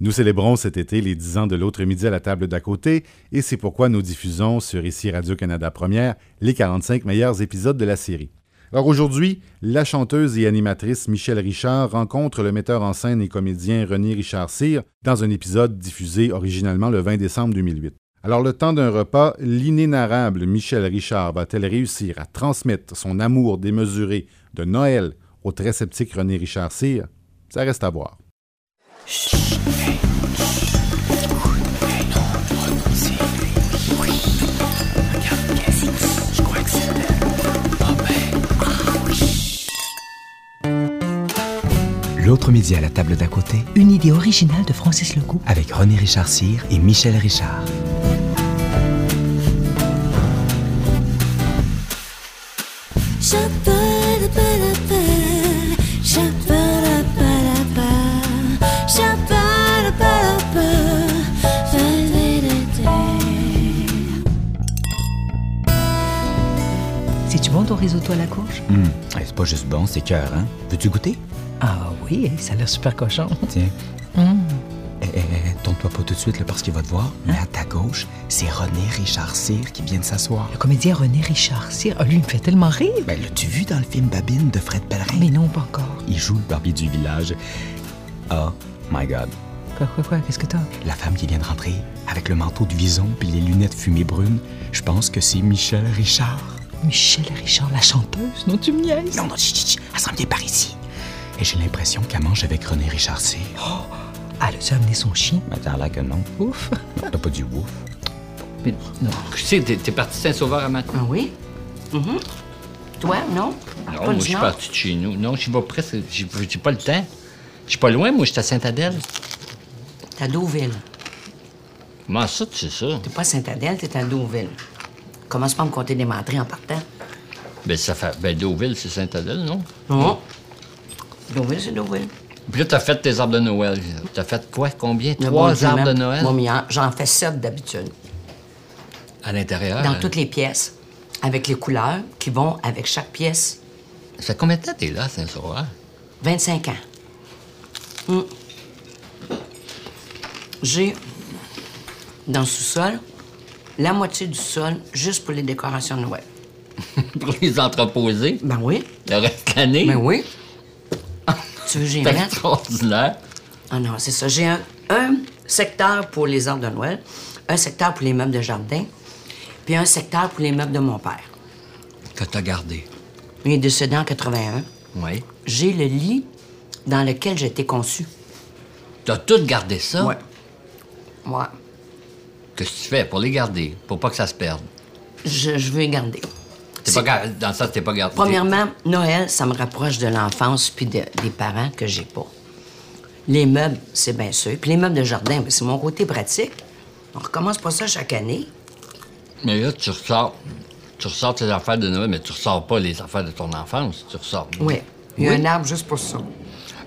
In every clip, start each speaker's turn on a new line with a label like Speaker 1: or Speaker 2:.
Speaker 1: Nous célébrons cet été les 10 ans de l'autre midi à la table d'à côté et c'est pourquoi nous diffusons sur ici Radio-Canada Première les 45 meilleurs épisodes de la série. Alors aujourd'hui, la chanteuse et animatrice Michelle Richard rencontre le metteur en scène et comédien René Richard Cyr dans un épisode diffusé originalement le 20 décembre 2008. Alors le temps d'un repas, l'inénarrable Michelle Richard va-t-elle réussir à transmettre son amour démesuré de Noël au très sceptique René Richard Cyr? Ça reste à voir.
Speaker 2: L'autre midi à la table d'à côté,
Speaker 3: Une idée originale de Francis Legault.
Speaker 2: avec René Richard Cyr et Michel Richard.
Speaker 4: Shabba-dabba-dabba, shabba-dabba-dabba, shabba-dabba-dabba, da-da-da-da.
Speaker 3: C'est-tu bon ton risotto à la courge?
Speaker 2: Hum, C'est pas juste bon, c'est cœur, hein? Veux-tu goûter?
Speaker 3: Ah oui, ça a l'air super cochon.
Speaker 2: Tiens.
Speaker 3: Hum.
Speaker 2: Eh, eh, eh, tourne-toi pas tout de suite là, parce qu'il va te voir.
Speaker 3: Hein?
Speaker 2: Mais à ta gauche, c'est René Richard Cyr qui vient de s'asseoir.
Speaker 3: Le comédien René Richard Cyr, ah, lui, il me fait tellement rire.
Speaker 2: Ben, l'as-tu vu dans le film Babine de Fred Pellerin?
Speaker 3: Mais non, pas encore.
Speaker 2: Il joue le barbier du village. Oh my God.
Speaker 3: Quoi, quoi, quoi, qu'est-ce que t'as?
Speaker 2: La femme qui vient de rentrer, avec le manteau de vison puis les lunettes fumée brune, je pense que c'est Michel Richard.
Speaker 3: Michelle Richard, la chanteuse, non, tu me niaises?
Speaker 2: Non, non, chut, chut, chut, elle s'en vient par ici. Et j'ai l'impression qu'elle mange avec René Richard Cyr.
Speaker 3: Elle a-tu amené son chien?
Speaker 2: Oh, Mais t'as l'air que non.
Speaker 3: Ouf!
Speaker 2: T'as pas dit ouf.
Speaker 3: Mais non.
Speaker 5: Tu sais, t'es, t'es parti de Saint-Sauveur à matin.
Speaker 6: Ah oui? Mhm. Toi,
Speaker 5: Mm-hmm.
Speaker 6: non?
Speaker 5: Non,
Speaker 6: Ah, Pas
Speaker 5: Oh, moi,
Speaker 6: le
Speaker 5: je suis
Speaker 6: dimanche?
Speaker 5: parti de chez nous. Non, je vais presque. J'ai, j'ai pas le temps. Je suis pas loin, moi, je suis à Sainte-Adèle.
Speaker 6: T'es à Deauville.
Speaker 5: Comment ça, tu sais ça?
Speaker 6: T'es pas à Sainte-Adèle, t'es à Deauville. Commence pas à me compter des menteries en partant.
Speaker 5: Ben, ça fait. Ben, Deauville, c'est Sainte-Adèle, non?
Speaker 6: Non. Deauville, c'est Deauville.
Speaker 5: Puis là, t'as fait tes arbres de Noël. T'as fait quoi? Combien?
Speaker 6: Le
Speaker 5: Trois
Speaker 6: bon Dieu
Speaker 5: arbres de
Speaker 6: même.
Speaker 5: Noël?
Speaker 6: Moi, mais en- j'en fais sept d'habitude.
Speaker 5: À l'intérieur?
Speaker 6: Dans
Speaker 5: euh,
Speaker 6: toutes les pièces. Avec les couleurs qui vont avec chaque pièce.
Speaker 5: Ça fait combien de temps t'es là, à Saint-Sauveur?
Speaker 6: 25 ans. Mm. J'ai dans le sous-sol la moitié du sol juste pour les décorations de Noël.
Speaker 5: Pour les entreposer?
Speaker 6: Ben oui.
Speaker 5: Le reste de l'année?
Speaker 6: Ben oui. hein? tu veux que j'y
Speaker 5: C'est
Speaker 6: mette?
Speaker 5: extraordinaire.
Speaker 6: Ah non, c'est ça. J'ai un, un secteur pour les arbres de Noël, un secteur pour les meubles de jardin, puis un secteur pour les meubles de mon père.
Speaker 5: Que t'as gardé.
Speaker 6: Il est décédé en 81.
Speaker 5: Oui.
Speaker 6: J'ai le lit dans lequel j'ai été conçu.
Speaker 5: T'as tout gardé ça?
Speaker 6: Ouais. Ouais.
Speaker 5: Qu'est-ce que tu fais pour les garder? Pour pas que ça se perde?
Speaker 6: Je, je veux les garder.
Speaker 5: T'es
Speaker 6: C'est-
Speaker 5: pas gar- Dans ça, t'es pas gardé.
Speaker 6: Premièrement, Noël, ça me rapproche de l'enfance puis de- des parents que j'ai pas. Les meubles, c'est bien sûr. Puis les meubles de jardin, ben, c'est mon côté pratique. On recommence pas ça chaque année.
Speaker 5: Mais là, tu ressors. Tu ressors tes affaires de Noël, mais tu ressors pas les affaires de ton enfance. Tu ressors.
Speaker 6: Oui. Il y a un arbre juste pour ça.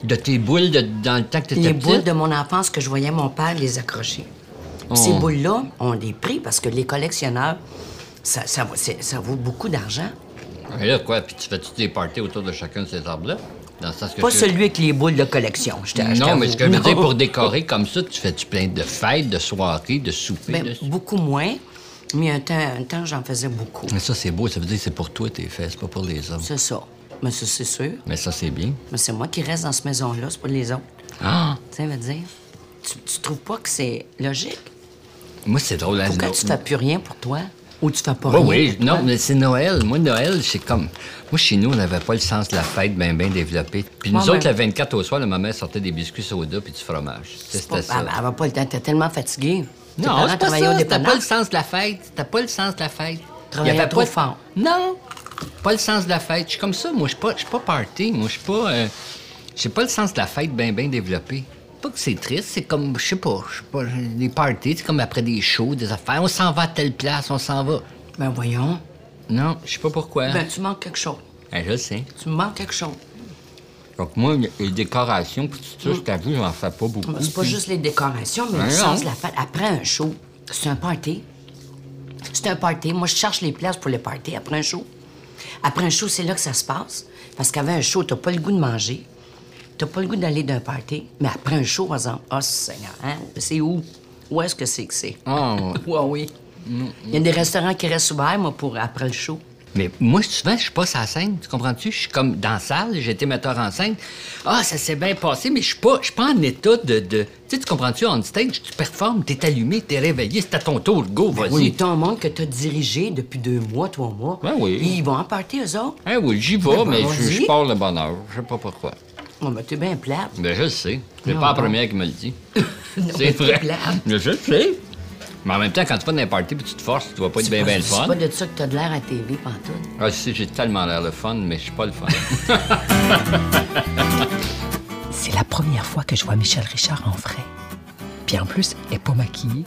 Speaker 5: De tes boules de- dans le temps que t'étais
Speaker 6: Les
Speaker 5: petite?
Speaker 6: boules de mon enfance que je voyais mon père les accrocher. Puis
Speaker 5: Oh.
Speaker 6: Ces boules-là, on les pris parce que les collectionneurs, ça, ça, vaut- c'est- ça vaut beaucoup d'argent.
Speaker 5: Et là, quoi? Puis tu fais-tu des parties autour de chacun de ces arbres-là? Dans le sens que
Speaker 6: Pas
Speaker 5: tu-
Speaker 6: celui avec les boules de collection, je t'a- je
Speaker 5: Non, mais
Speaker 6: t'avoue.
Speaker 5: ce que je veux
Speaker 6: Non.
Speaker 5: dire, pour décorer comme ça, tu fais-tu plein de fêtes, de soirées, de soupers?
Speaker 6: Ben,
Speaker 5: de-
Speaker 6: beaucoup moins, mais un temps, un temps j'en faisais beaucoup.
Speaker 5: Mais ça, c'est beau. Ça veut dire que c'est pour toi, tes fesses, pas pour les autres.
Speaker 6: C'est ça. Mais ça, c'est sûr.
Speaker 5: Mais ça, c'est bien.
Speaker 6: Mais c'est moi qui reste dans cette maison-là, c'est pas les autres.
Speaker 5: Ah!
Speaker 6: Ça veut dire, tu, tu trouves pas que c'est logique?
Speaker 5: Moi, c'est drôle. hein, la-
Speaker 6: Pourquoi tu fais plus rien pour toi? Ou tu fais pas
Speaker 5: Oui,
Speaker 6: rien?
Speaker 5: oui.
Speaker 6: pour
Speaker 5: Non,
Speaker 6: toi?
Speaker 5: mais c'est Noël. Moi, Noël, c'est comme. Moi, chez nous, on n'avait pas le sens de la fête bien, bien développé. Puis nous
Speaker 6: Moi-même.
Speaker 5: autres, le 24 au soir, la maman sortait des biscuits soda puis du fromage.
Speaker 6: C'est pas-
Speaker 5: C'était ça.
Speaker 6: Elle elle va pas le temps, t'es tellement fatiguée. Tes
Speaker 5: Non,
Speaker 6: parents
Speaker 5: c'est pas
Speaker 6: travaillaient au
Speaker 5: ça. T'as pas
Speaker 6: dépanneur.
Speaker 5: le sens de la fête. T'as pas le sens de la fête.
Speaker 6: Travaillais
Speaker 5: pas
Speaker 6: trop
Speaker 5: de-
Speaker 6: fort.
Speaker 5: Non, pas le sens de la fête. Je suis comme ça. Moi, je suis pas, je suis pas party. Moi, je suis pas. euh, J'ai pas le sens de la fête bien, bien développé. Pas que c'est triste, c'est comme, je sais pas, je sais pas, les parties, c'est comme après des shows, des affaires. On s'en va à telle place, on s'en va.
Speaker 6: Ben voyons.
Speaker 5: Non, je sais pas pourquoi.
Speaker 6: Ben tu manques quelque chose.
Speaker 5: Ben, je le sais.
Speaker 6: Tu me manques quelque chose.
Speaker 5: Donc, moi, les décorations, puis tout ça, je t'avoue, j'en fais pas beaucoup.
Speaker 6: Ben, C'est pas
Speaker 5: puis-
Speaker 6: juste les décorations, mais
Speaker 5: Mm-hmm. Ben
Speaker 6: le sens
Speaker 5: non.
Speaker 6: de la fête. Après un show, c'est un party. C'est un party. Moi, je cherche les places pour les parties après un show. Après un show, c'est là que ça se passe. Parce qu'avant un show, t'as pas le goût de manger. T'as pas le goût d'aller d'un party, mais après un show, par exemple, oh Seigneur, hein? C'est où? Où est-ce que c'est que c'est?
Speaker 5: Ah, ouais. Mm-hmm.
Speaker 6: Ouais, oui. Il y a des restaurants qui restent ouverts, moi, pour après le show.
Speaker 5: Mais moi, souvent, je suis pas sur la scène, tu comprends-tu? Je suis comme dans la salle, j'étais metteur en scène. Ah, ça s'est bien passé, mais je suis pas, je suis pas en état de... de- Tu sais, tu comprends-tu, on stage, tu performes, t'es allumé, t'es réveillé, c'est à ton tour, go, vas-y.
Speaker 6: Ben Oui. T'as un monde que t'as dirigé depuis deux mois, trois mois.
Speaker 5: Ben oui.
Speaker 6: Et ils vont en party, eux autres.
Speaker 5: Hein, oui, j'y
Speaker 6: Ben,
Speaker 5: vais, mais je
Speaker 6: vas-y.
Speaker 5: je pars le bonheur, je sais pas pourquoi.
Speaker 6: Oh, mais t'es bien plate.
Speaker 5: Ben, je le sais. C'est
Speaker 6: Non,
Speaker 5: pas la
Speaker 6: non.
Speaker 5: première qui me le dit.
Speaker 6: Non,
Speaker 5: C'est
Speaker 6: mais t'es
Speaker 5: vrai.
Speaker 6: Ah plate.
Speaker 5: Mais je le sais. Mais en même temps, quand tu vas dans un party puis tu te forces, tu vas pas être
Speaker 6: C'est
Speaker 5: bien,
Speaker 6: pas-
Speaker 5: bien le
Speaker 6: C'est
Speaker 5: fun.
Speaker 6: pas de ça que t'as de l'air à TV, pantoute.
Speaker 5: Ah, si, j'ai tellement l'air le fun, mais je suis pas le fun.
Speaker 3: C'est la première fois que je vois Michel Richard en vrai. Puis en plus, elle est pas maquillée.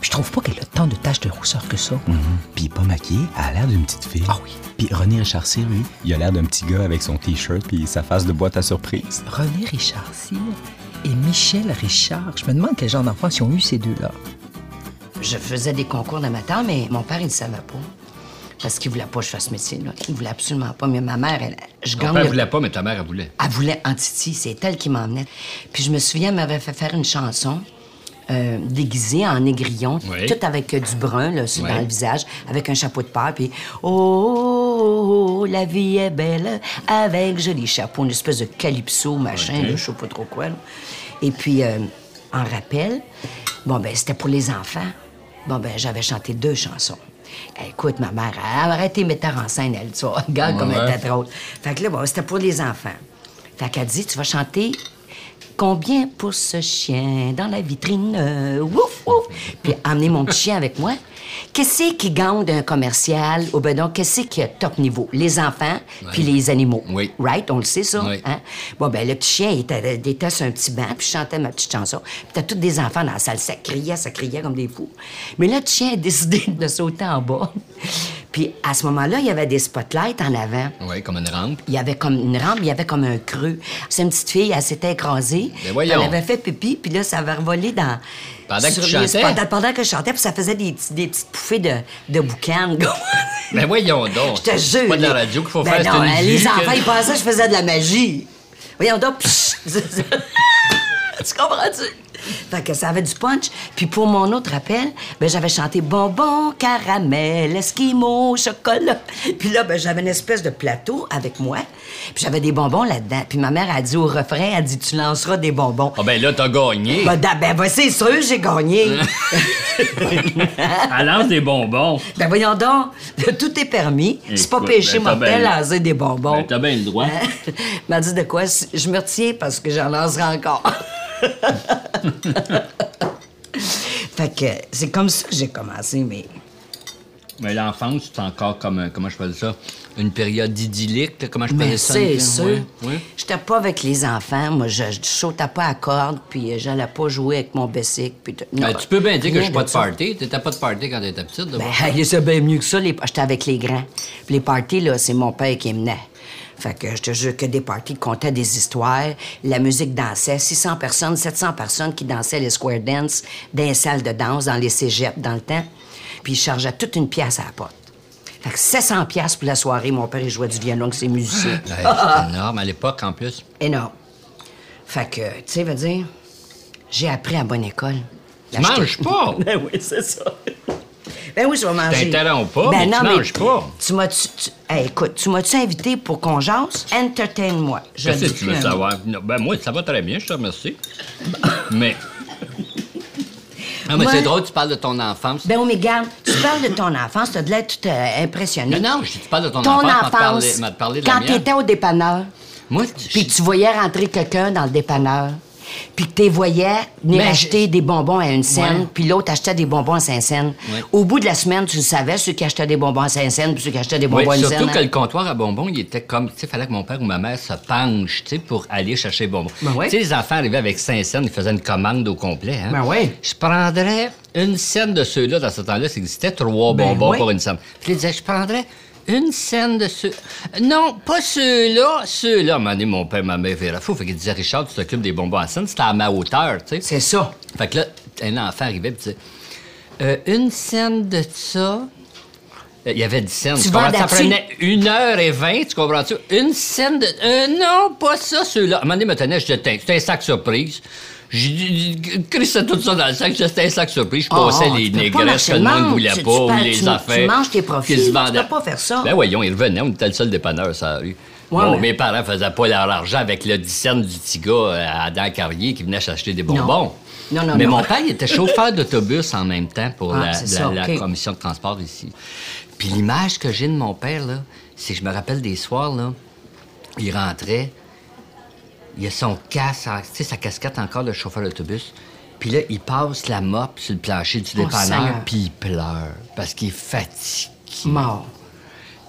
Speaker 3: Puis je trouve pas qu'elle a tant de taches de rousseur que ça.
Speaker 2: Mm-hmm. Puis pas maquillée, elle a l'air d'une petite fille.
Speaker 3: Ah oui.
Speaker 2: Puis René Richard Cyr, lui, il a l'air d'un petit gars avec son t-shirt puis sa face de boîte à surprise.
Speaker 3: René Richard Cyr et Michel Richard. Je me demande quel genre d'enfants ils ont eu ces deux-là.
Speaker 6: Je faisais des concours d'amateur, mais mon père, il ne savait pas. Parce qu'il voulait pas que je fasse ce métier-là. Il voulait absolument pas. Mais ma mère, elle, je
Speaker 5: Ton
Speaker 6: gagne.
Speaker 5: père
Speaker 6: le-
Speaker 5: voulait Ben, pas, mais ta mère, elle voulait.
Speaker 6: Elle voulait Antiti. C'est elle qui m'emmenait. Puis je me souviens, elle m'avait fait faire une chanson euh, déguisée en négrillon,
Speaker 5: Oui.
Speaker 6: tout avec euh, du brun là, sur-
Speaker 5: Oui.
Speaker 6: dans le visage, avec un chapeau de paille. Puis oh, oh, oh, oh, la vie est belle avec joli chapeau, une espèce de calypso, machin, là, je sais pas trop quoi. là. Et puis, euh, en rappel, bon, ben c'était pour les enfants. Bon, ben j'avais chanté deux chansons. Écoute, ma mère, elle aurait été metteur en scène, elle, tu vois. Regarde comme elle
Speaker 5: Ouais.
Speaker 6: était drôle. Fait que là, bon, c'était pour les enfants. Fait qu'elle dit, tu vas chanter Combien pour ce chien dans la vitrine? euh, ouf, ouf! Puis amener mon petit chien avec moi. Qu'est-ce qui gagne d'un commercial? Au ben donc, qu'est-ce qui a top niveau? Les enfants, puis les animaux.
Speaker 5: Oui.
Speaker 6: Right? On le sait, ça?
Speaker 5: Oui.
Speaker 6: hein? Bon, ben le petit chien, il était, il était sur un petit banc, puis je chantais ma petite chanson. Puis t'as tous des enfants dans la salle. Ça criait, ça criait comme des fous. Mais là, le petit chien a décidé de sauter en bas. Puis à ce moment-là, il y avait des spotlights en avant.
Speaker 5: Oui, comme une rampe.
Speaker 6: Il y avait comme une rampe, il y avait comme un creux. C'est une petite fille, elle s'était écrasée.
Speaker 5: Ben voyons.
Speaker 6: Elle avait fait pipi, puis là, ça avait revolé dans.
Speaker 5: Pendant que tu
Speaker 6: le-
Speaker 5: chantais?
Speaker 6: Pendant, pendant que je chantais, puis ça faisait des, petits- des petites bouffées de, de boucan.
Speaker 5: Ben voyons donc.
Speaker 6: je te jure.
Speaker 5: C'est pas de la
Speaker 6: les-
Speaker 5: radio qu'il faut
Speaker 6: Ben
Speaker 5: faire, c'est
Speaker 6: non,
Speaker 5: une musique.
Speaker 6: Les enfants, ils pensaient que je faisais de la magie. Voyons donc, psh, Tu comprends-tu? Fait que ça avait du punch. Puis pour mon autre appel, ben j'avais chanté bonbon, caramel, esquimau, chocolat. Puis là, ben j'avais une espèce de plateau avec moi. Puis j'avais des bonbons là-dedans. Puis ma mère a dit au refrain, elle dit tu lanceras des bonbons.
Speaker 5: Ah ben là, t'as gagné.
Speaker 6: Ben, da- ben, ben, c'est sûr, j'ai gagné.
Speaker 5: Elle lance des bonbons.
Speaker 6: ben voyons donc, tout est permis. C'est pas
Speaker 5: Écoute,
Speaker 6: péché,
Speaker 5: ben, t'as
Speaker 6: mon père,
Speaker 5: bien-
Speaker 6: lancer des bonbons.
Speaker 5: Ben, t'as bien le droit.
Speaker 6: Hein? m'a dit de quoi si- je me retiens parce que j'en lancerai encore. fait que c'est comme ça que j'ai commencé, mais
Speaker 5: Mais l'enfance, c'est encore comme, un- comment je fais ça, une période idyllique, là, comment je
Speaker 6: mais
Speaker 5: faisais ça? une
Speaker 6: Ben, c'est
Speaker 5: période-
Speaker 6: sûr.
Speaker 5: ouais, ouais.
Speaker 6: J'étais pas avec les enfants, moi je, je sautais pas à corde, puis euh, j'allais pas jouer avec mon bessic. Puis tout. Non,
Speaker 5: Ben, tu peux bien dire que
Speaker 6: rien
Speaker 5: je suis pas de
Speaker 6: ça.
Speaker 5: party. T'étais pas de party quand t'étais petite. là.
Speaker 6: Ben, hey, c'est bien mieux que ça. Les... J'étais avec les grands. Puis les parties, là, c'est mon père qui les menait. Fait que je te jure que des parties comptaient des histoires. La musique dansait. 600 personnes, 700 personnes qui dansaient les square dance dans les salles de danse, dans les cégeps, dans le temps. Puis ils chargeaient toute une pièce à la porte. Fait que 700 pièces pour la soirée. Mon père, il jouait du violon avec ses musiciens.
Speaker 5: Ouais, C'était énorme à l'époque, en plus.
Speaker 6: Énorme. Fait que, tu sais, veut dire, j'ai appris à bonne école.
Speaker 5: Tu manges pas!
Speaker 6: Ben oui, c'est ça. Ben oui, je vais manger. Ben
Speaker 5: T'interromps pas, mais tu manges pas.
Speaker 6: Tu m'as-tu... tu- hey, écoute, tu m'as-tu invité pour qu'on jase? Entertain-moi. Je
Speaker 5: Qu'est-ce
Speaker 6: dis
Speaker 5: que tu veux
Speaker 6: plus un mot.
Speaker 5: savoir? Non, ben moi, ça va très bien, je te remercie. mais. Ah, mais
Speaker 6: Moi-
Speaker 5: c'est drôle, tu parles de ton enfance.
Speaker 6: Ben oui, mais garde, tu parles de ton enfance, t'as de l'air tout euh, impressionné.
Speaker 5: Non, non, je dis, tu parles de ton
Speaker 6: Ton
Speaker 5: enfance, m'a parlé-
Speaker 6: enfance,
Speaker 5: m'a parlé de la
Speaker 6: quand
Speaker 5: mienne.
Speaker 6: t'étais au dépanneur,
Speaker 5: Moi,
Speaker 6: puis
Speaker 5: je-
Speaker 6: tu voyais rentrer quelqu'un dans le dépanneur, puis que t'es voyais
Speaker 5: Mais
Speaker 6: venir
Speaker 5: Ben, je-
Speaker 6: acheter des bonbons à une scène,
Speaker 5: Ouais.
Speaker 6: puis l'autre achetait des bonbons à cinq cents.
Speaker 5: Ouais.
Speaker 6: Au bout de la semaine, tu le savais, ceux qui achetaient des bonbons à cinq cents, puis ceux qui achetaient des bonbons
Speaker 5: Oui,
Speaker 6: à une hein?
Speaker 5: surtout
Speaker 6: cent.
Speaker 5: que le comptoir à bonbons, il était comme. Tu sais, fallait que mon père ou ma mère se penche, tu sais, pour aller chercher les bonbons.
Speaker 6: Ben ouais.
Speaker 5: Tu sais, les enfants arrivaient avec 5 cents, ils faisaient une commande au complet. Hein?
Speaker 6: Ben ouais.
Speaker 5: Je prendrais une scène de ceux-là, dans ce temps-là, ça existait trois
Speaker 6: Ben
Speaker 5: bonbons
Speaker 6: ouais.
Speaker 5: pour une scène. Puis il disait, je prendrais. Une scène de ceux. Non, pas ceux-là, ceux-là. À un moment donné, mon père, ma mère, verra fou. Fait qu'il disait, Richard, tu t'occupes des bonbons à scène, c'était à ma hauteur, tu sais.
Speaker 6: C'est ça.
Speaker 5: Fait que là, un enfant arrivait et disait Euh, Une scène de ça, Il y avait 10 scènes.
Speaker 6: Tu
Speaker 5: comprends?
Speaker 6: vendais
Speaker 5: ça
Speaker 6: dessus?
Speaker 5: prenait 1h20, tu comprends-tu? Une scène de. Euh, non, pas ça, ceux-là. À un moment donné, me tenait, je disais, c'était un sac surprise. J'ai crissé tout ça dans le sac, c'était un sac surprise. Je
Speaker 6: Oh,
Speaker 5: passais
Speaker 6: tu
Speaker 5: les
Speaker 6: peux pas
Speaker 5: négresses
Speaker 6: marcher
Speaker 5: que le
Speaker 6: de
Speaker 5: monde ne
Speaker 6: même.
Speaker 5: voulait
Speaker 6: Tu-
Speaker 5: pas,
Speaker 6: tu
Speaker 5: ou
Speaker 6: perds-
Speaker 5: les
Speaker 6: tu- tu
Speaker 5: affaires.
Speaker 6: manges tes profits,
Speaker 5: qui se
Speaker 6: tu
Speaker 5: vendaient.
Speaker 6: peux pas faire ça.
Speaker 5: Ben voyons, ils revenaient, on était le seul dépanneur sur la rue.
Speaker 6: Ouais,
Speaker 5: bon,
Speaker 6: mais-
Speaker 5: Mes parents faisaient pas leur argent avec le 10 cents du petit gars à Adam Carrier qui venait s'acheter des bonbons.
Speaker 6: Non, non,
Speaker 5: Mais
Speaker 6: non.
Speaker 5: mon père, il était chauffeur d'autobus en même temps pour
Speaker 6: Ah,
Speaker 5: la,
Speaker 6: c'est
Speaker 5: la-
Speaker 6: ça,
Speaker 5: la
Speaker 6: OK.
Speaker 5: commission de transport ici. Puis l'image que j'ai de mon père, là, c'est je me rappelle des soirs, là, il rentrait, il a son casque, en- tu sais, sa casquette encore de chauffeur d'autobus. Puis là, il passe la mop sur le plancher du
Speaker 6: Oh,
Speaker 5: dépanneur,
Speaker 6: Seigneur.
Speaker 5: puis il pleure parce qu'il est fatigué.
Speaker 6: Mort.